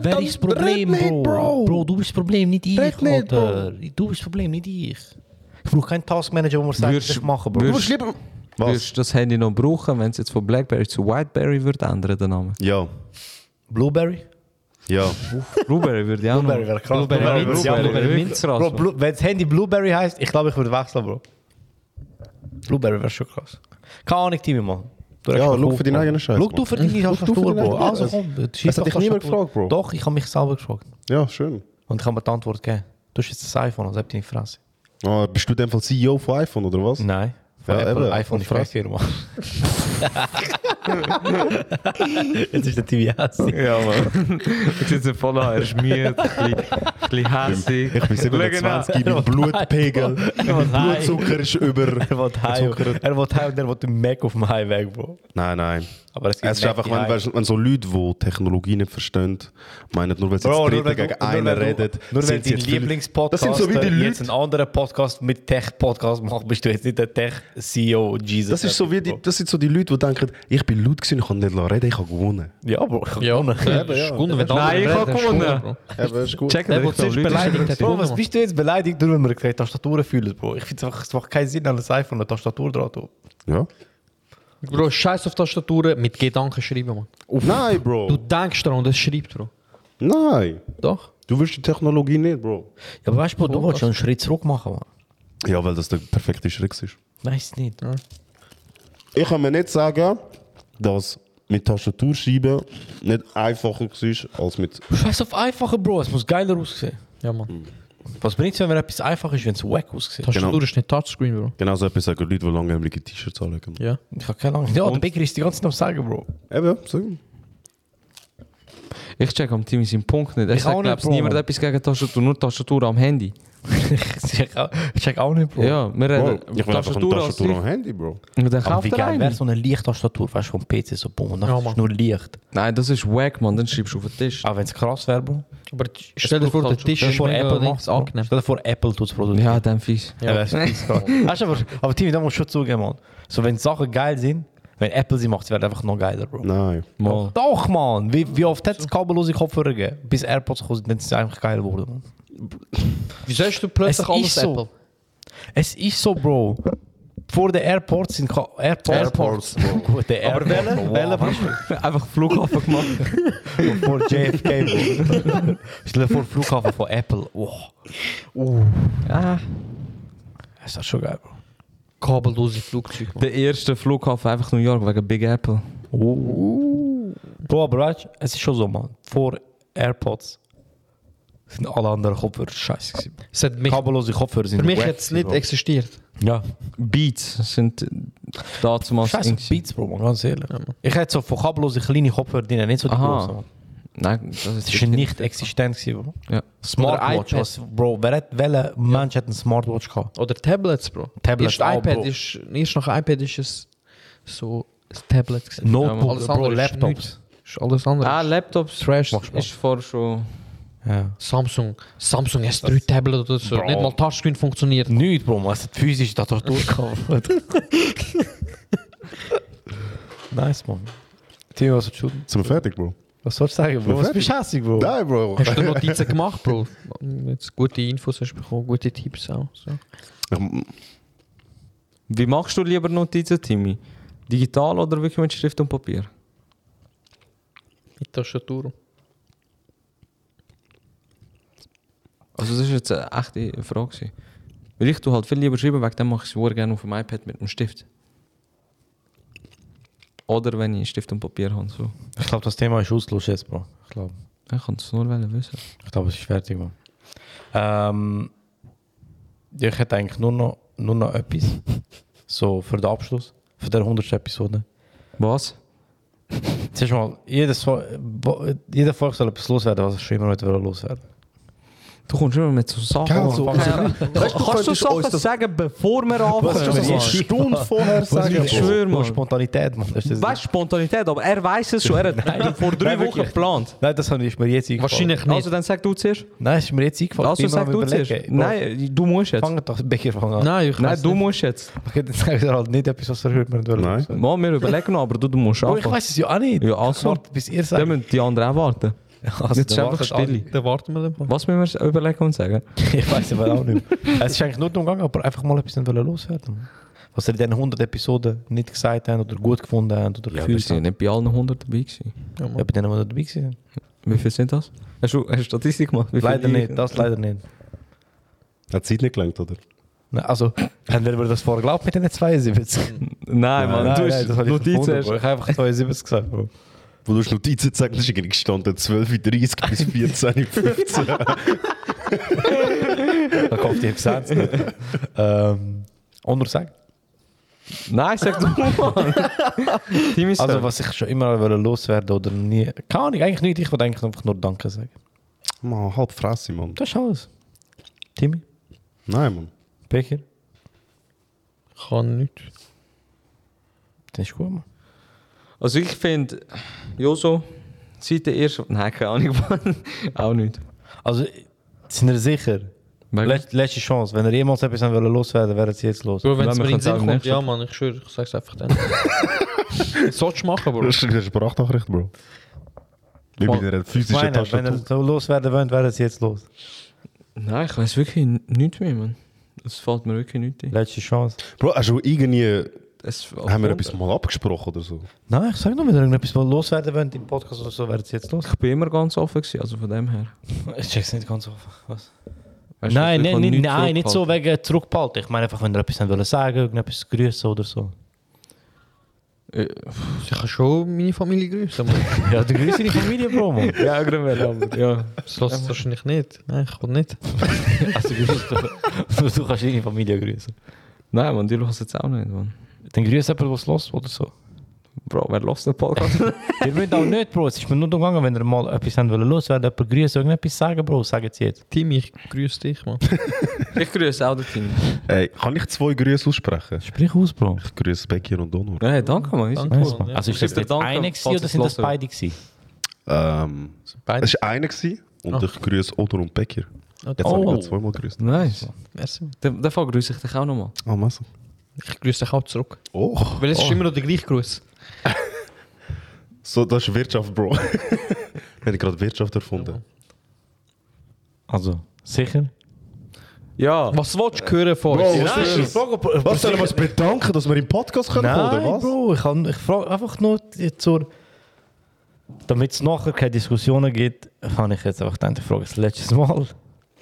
S1: Wer
S2: dann
S1: ist das Problem,
S2: red nicht,
S1: Bro?
S2: Bro.
S1: du bist das Problem, nicht ich,
S2: Red nicht, Bro.
S1: Alter. Du bist das Problem, nicht ich. Ich brauche keinen Taskmanager, wo man sagt,
S3: Würdest-
S1: was ich machen, Bro.
S2: Du musst
S3: würdest-
S2: lieber...
S3: Würdest du das Handy noch brauchen, wenn es jetzt von Blackberry zu Whiteberry wird ändern, den Namen?
S2: Ja,
S1: Blueberry?
S2: ja.
S3: Blueberry würde ich auch noch.
S1: wäre krass.
S3: Blueberry Minz, ja, Blueberry
S1: Bro,
S3: Minzrasse.
S1: Blu wenn das Handy Blueberry heißt, ich glaube, ich würde wechseln, Bro. Blueberry wäre schon krass. Keine Ahnung, Timmy, Mann. Du hast
S2: Ja, nou
S1: mich
S2: schau für deinen
S1: aufgebracht.
S2: eigenen Scheiß,
S1: Schau du
S2: Mann.
S1: für deine
S2: Schau du für
S1: Tastatur,
S2: deinen
S1: Bro.
S2: eigenen-
S1: Also komm, schieß
S2: Es hat
S1: doch
S2: dich niemand
S1: Tastatur.
S2: gefragt, Bro.
S1: Doch, ich habe mich selber gefragt.
S2: Ja, schön.
S1: Und ich habe mir die Antwort gegeben. Du hast jetzt das iPhone, also habt ihr nicht Fresse.
S2: Ah, bist du in dem Fall CEO von iPhone, oder was?
S1: Nein.
S2: Ja, eben.
S1: iPhone ist Fresse, (laughs) Mann. jetzt ist der Timmy
S2: (laughs)
S1: hässlich.
S3: Ja, man. (laughs) Ich sitze voll an, er ist müde, ein bisschen- ein bisschen hässig.
S2: Ich bin
S1: genau. (laughs)
S2: 27, mein Blutpegel, mein Blutzucker ist über...
S1: Er will heim, er will heim und er will den Mac auf dem Highway, Bro.
S2: Nein, nein.
S1: Aber es gibt
S2: Es ist einfach, wenn,
S1: Mac-Highs.
S2: wenn, wenn so Leute, die Technologie nicht verstehen, meinen, nur weil sie
S1: Bro,
S2: jetzt
S1: nur
S2: dritte
S1: wenn
S2: gegen
S1: du, nur
S2: einen
S1: wenn du,
S2: reden,
S1: Nur wenn dein
S2: sie jetzt viel- Das
S1: Lieblingspodcast
S2: sind so wie die
S1: jetzt einen
S2: Leute...
S1: anderen Podcast mit Tech-Podcast macht, bist du jetzt nicht der Tech-CEO Jesus.
S2: Das, ist so wie die, das sind so die Leute, die denken, ich bin laut gewesen, ich kann nicht reden, ich habe gewonnen.
S1: Ja, Bro.
S10: Ja,
S2: ja.
S3: Nein, ich hab gewonnen.
S2: Eben, ist gut.
S3: Check
S10: Der, der zuerst beleidigt hat,
S1: Bro, was
S10: gewonnen.
S1: bist du jetzt beleidigt, nur wenn wir keine Tastatur fühlen, Bro? Ich finde es einfach, es macht keinen Sinn, an ein iPhone eine Tastatur dran zu tun.
S2: Ja.
S10: Bro, scheiß auf Tastaturen, mit Gedanken schreiben, Mann.
S2: Nein,
S10: Du
S2: Bro.
S10: denkst dran und es schreibt, Bro.
S2: Nein.
S10: Doch.
S2: Du willst die Technologie nicht, Bro.
S1: Ja, aber weißt du, du willst schon einen Schritt zurück machen, Mann.
S2: Ja, weil das der perfekte Schritt ist.
S1: Weiß nicht.
S2: Ich kann mir nicht sagen, dass mit Tastatur schreiben nicht einfacher war als mit.
S1: Scheiß auf einfache, Bro. Es muss geiler aussehen.
S10: Ja, Mann.
S1: Was bringt es, wenn etwas einfach ist, wenn es wack aussieht?
S10: Tastatur ist nicht Touchscreen, Bro.
S2: Genauso Genau etwas sagen Leute, die langärmelige T-Shirts anlegen.
S10: Ja.
S1: Ich habe keine Ahnung. Ja, der Bigger ist die ganze Zeit am Sagen, Bro.
S2: Eben,
S1: Äh,
S2: so.
S3: Ich check am Team seinen Punkt nicht. Er
S1: Ich auch
S3: sagt,
S1: nicht,
S3: glaubst
S1: Bro.
S3: niemand etwas gegen Tastatur, nur Tastatur am Handy.
S1: ich check auch- ich check auch nicht, Bro.
S3: Ja, wir reden-
S1: Bro, ich will einfach eine Tastatur am Handy, Bro.
S3: Und dann
S1: Aber
S3: kauft
S1: wie
S3: er
S1: geil
S3: eine.
S1: wäre so eine Lichttastatur, weißt du, vom PC so, boom, und dann
S3: Ja,
S1: ist
S3: Mann.
S1: nur Licht.
S3: Nein, das ist wack, man. Dann schreibst du auf den Tisch.
S1: Auch wenn es krass wäre, Bro.
S10: Aber stell dir vor, der Tisch
S1: Stell dir
S10: ist
S1: vor,
S10: mega
S1: Apple
S10: links
S1: macht's, Bro.
S10: angenehm.
S1: Stell dir vor, Apple tut es produzieren.
S3: Ja, dann fies.
S1: Ja, das ist fies, Bro. Weißt du, aber, aber Timmy, da musst du schon zugeben, Mann. So, wenn Sachen geil sind, wenn Apple sie macht, sie werden einfach noch geiler, Bro.
S2: Nein.
S1: Doch, doch Mann. Wie, wie oft hat es kabellose Kopfhörer gegeben? Bis AirPods gekommen sind, dann sind sie einfach geil geworden, Mann.
S10: Wie sollst du plötzlich
S1: Es
S10: alles
S1: ist so.
S10: Apple?
S1: Es ist so, Bro. Vor den AirPods sind Ka- AirPods.
S10: Airports, Bro.
S1: Gut, der
S10: Aber
S1: Airport,
S10: welche-
S1: Bro.
S10: welche
S1: Wow.
S3: (laughs) Einfach Flughafen (laughs) gemacht.
S1: Und vor (laughs) JFK, Bro. Stell dir vor, Flughafen von Apple. Oh. Wow. Uh.
S3: Ja.
S1: Das ist schon geil, Bro.
S10: Kabellose Flugzeuge.
S3: Der erste Flughafen einfach New York wegen Big Apple.
S1: Uh. Bro, aber weißt du, es ist schon so, Mann. Vor AirPods sind alle anderen Kopfhörer scheiße gewesen.
S10: Es hat mich-
S1: Kabellose Kopfhörer sind
S10: Für mich
S1: wack
S10: hat es
S1: gewesen,
S10: nicht
S1: Bro.
S10: existiert.
S1: Ja.
S3: Beats sind da zumal.
S1: Scheiße, Beats, Bro, Mann, ganz ehrlich. ich hätte so von kabellose kleine Kopfhörer drin, nicht so die
S3: Aha.
S1: großen. Mann.
S3: Nein, das
S1: Das
S3: ist
S1: ist nicht existent gewesen, Bro.
S3: Ja.
S1: Smartwatch,
S10: Oder iPad.
S1: was, Bro, wer hat, welcher Mensch hat eine Smartwatch gehabt?
S10: Oder Tablets, Bro.
S1: Tablets
S10: erst
S1: auch,
S10: iPad
S1: Bro.
S10: ist, erst nach iPad ist es so ein Tablet. gewesen.
S1: Notebook,
S10: alles
S1: Bro,
S10: andere ist
S1: Laptops.
S10: nichts. Ist alles andere.
S3: Ah, Laptops
S10: Trash.
S3: ist vor schon.
S1: Ja.
S10: Samsung. Samsung S3 Tablet oder so.
S1: Bro.
S10: Nicht mal Touchscreen funktioniert.
S1: Nicht, Bro, man hat physisch da doch durchgehabt. nice, Mann. Timo, was willst du tun?
S2: Sind wir fertig, Bro?
S1: Was sollst du sagen, Bro?
S2: Sind wir
S1: Was
S2: fertig?
S1: bist du hässig, Bro?
S2: Nein, Bro.
S10: Hast du Notizen gemacht, Bro? Jetzt gute Infos hast du bekommen, gute Tipps auch. So.
S3: Wie machst du lieber Notizen, Timmy? Digital oder wirklich mit Stift und Papier?
S10: Mit Tastatur.
S3: Also das ist jetzt eine echte Frage. gewesen. Weil ich tu halt viel lieber schreiben, wegen dem mache ich es sehr gerne auf dem iPad mit dem Stift. Oder wenn ich Stift und Papier habe. So.
S1: Ich glaube, das Thema ist ausgelöst jetzt, Bro. Ich glaube,
S3: Ich kann es nur wollen wissen.
S1: ich glaub, es ist fertig, Mann. Ähm, ich hätte eigentlich nur noch, nur noch etwas. So, für den Abschluss, für der 100. Episode.
S3: Was?
S1: Zuerst mal, jedes, Fol- bo- jeder Volk soll etwas loswerden, was er schon immer wollte loswerden.
S3: Du kommst immer mit so Sachen.
S1: Gell, so-
S3: Keine
S1: so-
S3: Ahnung. Kannst du
S2: könntest
S3: Sachen
S2: uns das-
S3: sagen, bevor wir anfangen?
S2: eine Stunde vorher sagen,
S3: Ich schwöre,
S1: Nur
S3: Mann.
S1: Spontanität, Mann. Das ist
S3: Weißt du, Spontanität, aber er weiß es schon. Er hat vor drei
S1: Nein,
S3: Wochen
S1: wirklich.
S3: geplant.
S1: Nein, das habe ich mir jetzt eingefallen.
S10: Wahrscheinlich nicht.
S3: Also dann sag du zuerst.
S1: Nein, ist mir jetzt eingefallen.
S3: Also
S1: Ich bin
S3: sag
S1: am
S3: du zuerst.
S1: überlegen. Bro,
S3: Nein, du musst jetzt.
S1: Fang doch Becher fang an.
S10: Nein, ich
S3: Nein,
S10: weiss
S3: du
S10: nicht.
S3: musst jetzt.
S1: (laughs) Okay, dann sag ich dir halt nicht etwas, was er hört. Nein.
S3: Mal, wir überlegen noch, aber du, du musst
S1: Bro, ich
S3: anfangen.
S1: weiß es ja auch nicht.
S3: Ja, also.
S1: Warte, bis ihr
S3: Dann
S1: sagt.
S3: müssen die anderen auch warten.
S1: Also,
S3: jetzt ist
S1: dann
S3: einfach
S1: wartet
S3: still.
S10: Dann warten wir dann mal.
S3: Was müssen wir überlegen und sagen?
S1: (laughs) Ich weiß aber auch nicht. Es ist eigentlich nur darum gegangen, aber einfach mal etwas nicht wollen loswerden. Was ihr in diesen 100 Episoden nicht gesagt habt oder gut gefunden habt oder
S3: Ja, wir
S1: gefühlt
S3: sind
S1: habt.
S3: nicht bei allen 100 dabei gewesen.
S10: Ja, Mann.
S1: Ja, bei denen, die dabei waren.
S3: Wie viel sind das? Hast du hast du Statistik gemacht? Wie viele
S1: Leider
S3: Leute-
S1: nicht, das leider nicht.
S2: Hat die Zeit nicht gelangt, oder?
S1: Nein, Nou, Also, (laughs) haben wir über das vorher geglaubt mit den
S3: (laughs)
S1: 72?
S3: Nein, Mann, du hast
S1: das habe ich
S3: Notizen.
S1: gefunden,
S3: hast-
S1: Bro. Ich habe einfach 72 gesagt, Bro.
S2: Wo du hast Notizen gezeigt hast, ist irgendwie gestanden 12.30 bis (laughs) 14.15
S1: Dann kommt die Absenz nicht.
S3: (laughs)
S1: Ähm, Anders sagen.
S3: Nein, sag du mal. Team ist
S1: Also,
S3: also,
S1: was ich schon immer wollte loswerden oder nie. Keine Ahnung, eigentlich nicht. Ich wollte eigentlich einfach nur Danke sagen.
S2: Mann, halb Fresse, Mann.
S1: Das ist alles. Timmy,
S2: Nein, Mann.
S1: Becher,
S10: Kann nicht.
S1: das ist gut, Mann.
S3: also ich finde, Joso, seit der ersten. Nein, keine Ahnung, Mann. Auch nicht.
S1: Also, sind wir sicher?
S3: Weil-
S1: Let- Letzte Chance. Wenn ihr jemals etwas wollen loswerden wäre es jetzt los.
S10: Bro, wenn es
S3: Nein,
S10: mir
S3: wir
S10: in den
S3: können's auch
S10: Sinn
S3: im
S10: kommt,
S3: nächsten-
S10: ja Mann, ich schwöre, ich sag's einfach dann. Sollst du machen, Bro.
S2: Das ist eine Sprachnachricht, Bro. Wie bei einer
S1: Ich
S2: physischen
S1: meine, wenn ihr
S2: Tastatur.
S1: so loswerden wollt, wäre es jetzt los.
S3: Nein, ich weiß wirklich n- nichts mehr, Mann. Es fällt mir wirklich nichts ein.
S1: Letzte Chance.
S2: Bro, hast du irgendwie...
S3: Es
S2: Haben wir etwas mal abgesprochen oder so?
S1: Nein, ich sage nur, wenn ihr irgendetwas loswerden wollt im Podcast oder so, wäre es jetzt los.
S3: Ich bin immer ganz offen, gewesen, also von dem her.
S1: (laughs) Ich check's nicht ganz offen. Was?
S3: Weißt du,
S1: nein,
S3: ich hab
S1: nein, nein,
S3: nichts
S1: nein nicht so
S3: zurückgehalten.
S1: wegen zurückbehalten. Ich meine einfach, wenn ihr etwas wollt sagen, irgendetwas grüßen oder so.
S10: Ich kann schon meine Familie grüßen, Mann.
S1: (laughs) Ja, du grüßt deine Familie, Bro, Mann.
S3: Ja, gerade aber ja.
S10: Das lässt es wahrscheinlich nicht. Nein, ich kann nicht.
S1: Also, (laughs) du, du kannst deine Familie grüßen.
S3: Nein, Mann, die hören es jetzt auch nicht, Mann.
S1: Dann grüßt jemand, was los oder so.
S3: Bro, wer lost den Podcast? (laughs)
S1: Ihr müsst auch nicht, Bro. Es ist mir nur darum gegangen, wenn ihr mal etwas haben wollt loswerden, jemand grüßen, irgendetwas sagen, Bro. Sagen Sie jetzt.
S10: Tim, ich grüße dich, Mann.
S3: ich grüße auch den Team.
S2: Ey, kann ich zwei Grüße aussprechen?
S1: Sprich aus, Bro.
S2: Ich grüße Becky und Onur.
S3: Hey, danke, Mann.
S1: Danke, Weiss, Mann. Mann. Also ist das jetzt
S3: Danke,
S1: einer gewesen
S3: falls
S1: oder
S3: es
S1: sind das
S3: hören.
S1: beide gewesen?
S2: Ähm, es war einer gewesen und
S3: Ah.
S2: ich grüße Onur und Becky.
S10: Ah,
S2: Jetzt habe ich
S3: oh.
S2: gerade zweimal grüßt.
S3: Nice.
S10: Merci.
S3: Den, den Fall grüße ich dich auch nochmal.
S2: Ah, massa.
S10: Ich grüße dich auch zurück.
S2: Och.
S10: Weil es ist immer noch der gleiche Gruß.
S2: So, das ist Wirtschaft, Bro. (laughs) Hätte ich gerade Wirtschaft erfunden.
S1: Also, sicher?
S3: Ja.
S10: Was willst du hören von
S2: Bro,
S10: uns?
S2: was ist das? Was sollen wir uns bedanken, dass wir im Podcast können,
S1: Nein,
S2: oder was?
S1: Bro. Ich, kann- ich frage einfach nur die- zur... Damit es nachher keine Diskussionen gibt, kann ich jetzt einfach gedacht, ich frage das letztes Mal.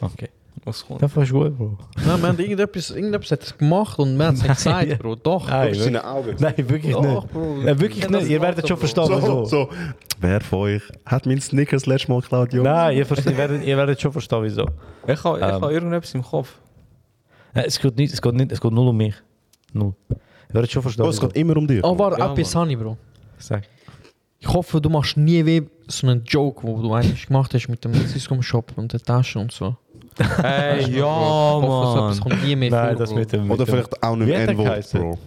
S1: Okay.
S3: Was kommt?
S1: Das war gut, Bro.
S10: Nein, wir haben irgendetwas, irgendetwas hat es gemacht und wir haben es nicht gesagt, Bro. Doch.
S1: Nein,
S2: Seine
S1: wirklich,
S2: Augen.
S1: nein, wirklich nicht.
S10: Doch, Bro.
S1: Nein, wirklich nicht. Ihr werdet schon verstehen,
S2: So,
S1: wieso.
S2: so. Wer von euch hat meinen Snickers letztes Mal geklaut, Junge?
S1: Nein, ihr, versteht, ihr, werdet, ihr werdet schon verstehen, wieso.
S3: Ich habe ich
S1: Ähm.
S3: habe irgendetwas im Kopf.
S1: Nein, es, geht nicht, es, geht nicht, es geht null um mich. Null. Ihr werdet schon verstehen,
S2: Oh, es geht immer um dich.
S10: Oh, warte,
S3: Ja,
S10: etwas habe ich, Bro.
S1: Sag.
S10: Ich hoffe, du machst nie weh so einen Joke, wo du eigentlich gemacht hast mit dem Cisco-Shop und der Tasche und so.
S3: (laughs) Hey, ja,
S10: Ich hoffe, so
S3: Mann.
S10: etwas kommt nie mehr
S1: Nein,
S10: vor,
S1: das
S10: Bro.
S1: mit dem...
S2: Oder
S1: mit dem-
S2: vielleicht auch nicht
S1: Wie hat er
S2: N-Wort,
S1: geheißen?
S2: Bro.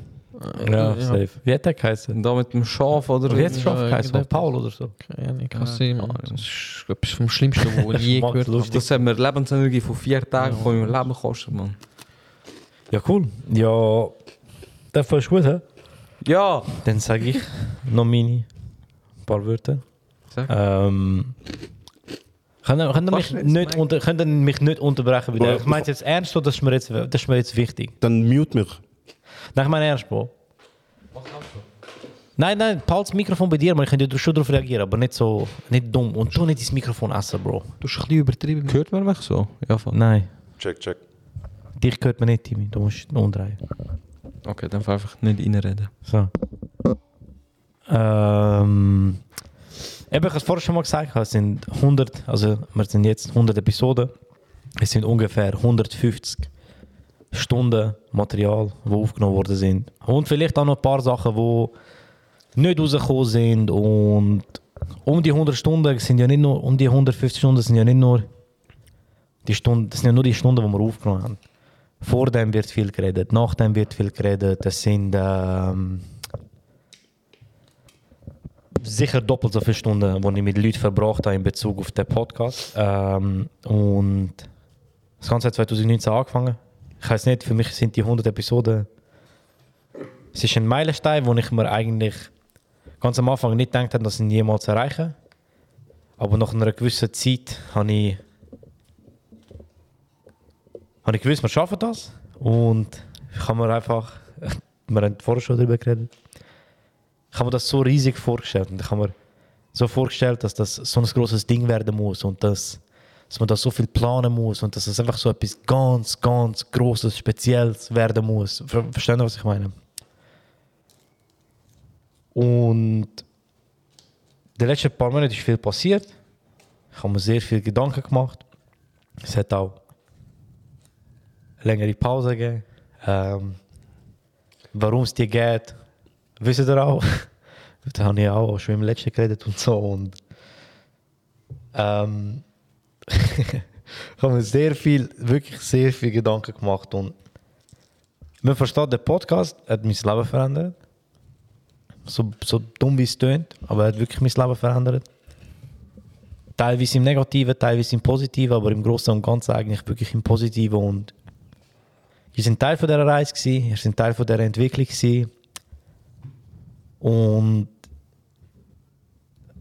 S1: Ja, safe. Wie hat der geheißen?
S3: Und da mit dem Schaf oder
S1: Wie hat es schon
S10: Ja,
S1: geheißen?
S10: irgendetwas.
S1: Paul oder so?
S10: Ja, ich kann es sehen, Mann. Das ist etwas vom Schlimmsten, (laughs) was ich je
S1: macht
S10: gehört habe.
S1: lustig.
S3: Das hat mir Lebensenergie von vier Tagen von meinem Leben gekostet, Mann.
S1: Ja, cool. Ja, das war gut, hä?
S3: Ja!
S1: Dann sage ich noch meine paar Wörter.
S3: Sag.
S1: Ähm, könnt ihr, könnt ihr mich
S3: Kannst du jetzt
S1: nicht unter, könnt ihr mich nicht unterbrechen, bitte?
S2: Bro,
S1: Ich meine jetzt ernst oder das ist mir jetzt, das ist mir jetzt wichtig?
S2: Dann mute mich.
S1: Nein, ich meine ernst, Bro. Nein, nein, Paul, das Mikrofon bei dir, man könnte ja schon darauf reagieren, aber nicht so, nicht dumm. Und schon nicht das Mikrofon essen, Bro.
S10: Du hast ein bisschen übertrieben.
S3: Hört man mich so? Ja, voll.
S1: Nein,
S2: Check, check.
S1: dich hört man nicht, Timmy. Du musst umdrehen.
S3: Okay, dann einfach nicht reinreden.
S1: So. Ähm, eben, ich habe es vorher schon mal gesagt, es sind 100, also wir sind jetzt 100 Episoden. Es sind ungefähr 150 Stunden Material, die aufgenommen worden sind. Und vielleicht auch noch ein paar Sachen, die nicht rausgekommen sind. Und um die 100 Stunden sind ja nicht nur, um die 150 Stunden sind ja nicht nur die Stunden, das sind ja nur die Stunden, die wir aufgenommen haben. Vor dem wird viel geredet, nach dem wird viel geredet. Es sind ähm, sicher doppelt so viele Stunden, die ich mit Leuten verbracht habe in Bezug auf den Podcast. Ähm, und das Ganze hat 2019 angefangen. Ich weiß nicht, für mich sind die 100 Episoden. Es ist ein Meilenstein, wo ich mir eigentlich ganz am Anfang nicht gedacht habe, dass ich ihn jemals erreiche. Aber nach einer gewissen Zeit habe ich habe ich gewusst, wir schaffen das. Und ich habe mir einfach, (laughs) wir haben vorher schon darüber geredet, ich habe mir das so riesig vorgestellt. Und ich habe mir so vorgestellt, dass das so ein großes Ding werden muss und dass, dass man da so viel planen muss und dass es einfach so etwas ganz, ganz Großes, Spezielles werden muss. Ver Verstehen Sie, was ich meine? Und in den letzten paar Monaten ist viel passiert. Ich habe mir sehr viel Gedanken gemacht. Es hat auch längere Pause gegeben. Ähm, Warum es die geht, wisst ihr auch. (laughs) da habe ich auch schon im letzten geredet und so. Und, ähm, (laughs) ich habe mir sehr viel, wirklich sehr viel Gedanken gemacht. Und man versteht, der Podcast hat mein Leben verändert. So, so dumm wie es tönt, aber er hat wirklich mein Leben verändert. Teilweise im Negativen, teilweise im Positiven, aber im Großen und Ganzen eigentlich wirklich im Positiven. Und ihr seid Teil von dieser Reise, gewesen, ihr seid Teil von dieser Entwicklung. Gewesen. Und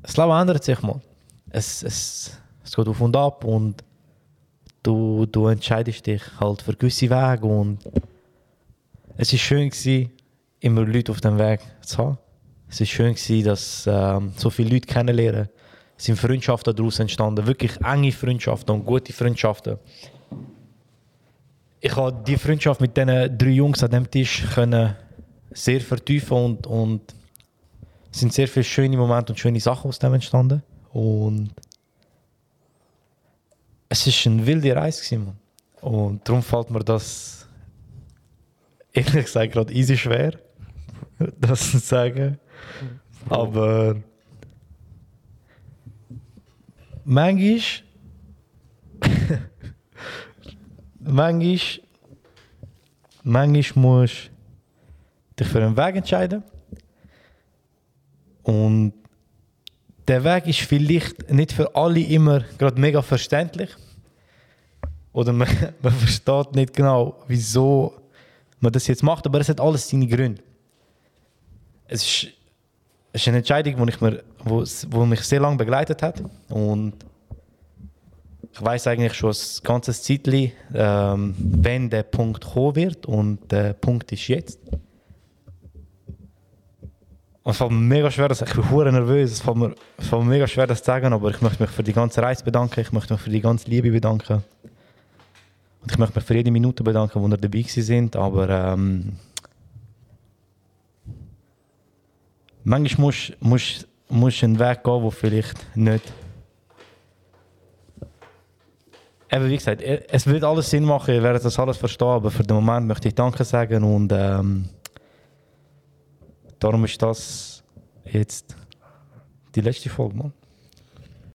S1: das Leben ändert sich mal. Es, es, es geht auf und ab und du, du entscheidest dich halt für gewisse Wege. Und es war schön, gewesen, immer Leute auf dem Weg zu haben. Es war schön, gewesen, dass ähm, so viele Leute kennenlernen. Es sind Freundschaften daraus entstanden, wirklich enge Freundschaften und gute Freundschaften. Ich habe die Freundschaft mit diesen drei Jungs an dem Tisch können sehr vertiefen und, und es sind sehr viele schöne Momente und schöne Sachen aus dem entstanden. Und es ist eine wilde Reise gewesen, Mann. Und darum fällt mir (laughs) das ehrlich gesagt gerade easy schwer, das zu sagen. Aber manchmal. manchmal. Manchmal musst du dich für einen Weg entscheiden. Und der Weg ist vielleicht nicht für alle immer gerade mega verständlich. Oder man, (laughs) man versteht nicht genau, wieso man das jetzt macht, aber es hat alles seine Gründe. Es ist, es ist eine Entscheidung, die ich mir, wo, es- wo mich sehr lange begleitet hat. Und ich weiß eigentlich schon ein ganzes Zeitchen, ähm, wenn der Punkt kommen wird. Und der Punkt ist jetzt. Und es fällt mir mega schwer, dass ich bin hure nervös. Es fällt mir, es fällt mir mega schwer, das zu sagen, aber ich möchte mich für die ganze Reise bedanken. Ich möchte mich für die ganze Liebe bedanken. Und ich möchte mich für jede Minute bedanken, wo ihr dabei gewesen sind. Aber ähm, manchmal musst du musst, musst einen Weg gehen, wo vielleicht nicht. Eben wie gesagt, e- es wird alles Sinn machen, ihr werdet das alles verstehen, aber für den Moment möchte ich Danke sagen und ähm, darum ist das jetzt die letzte Folge, Mann.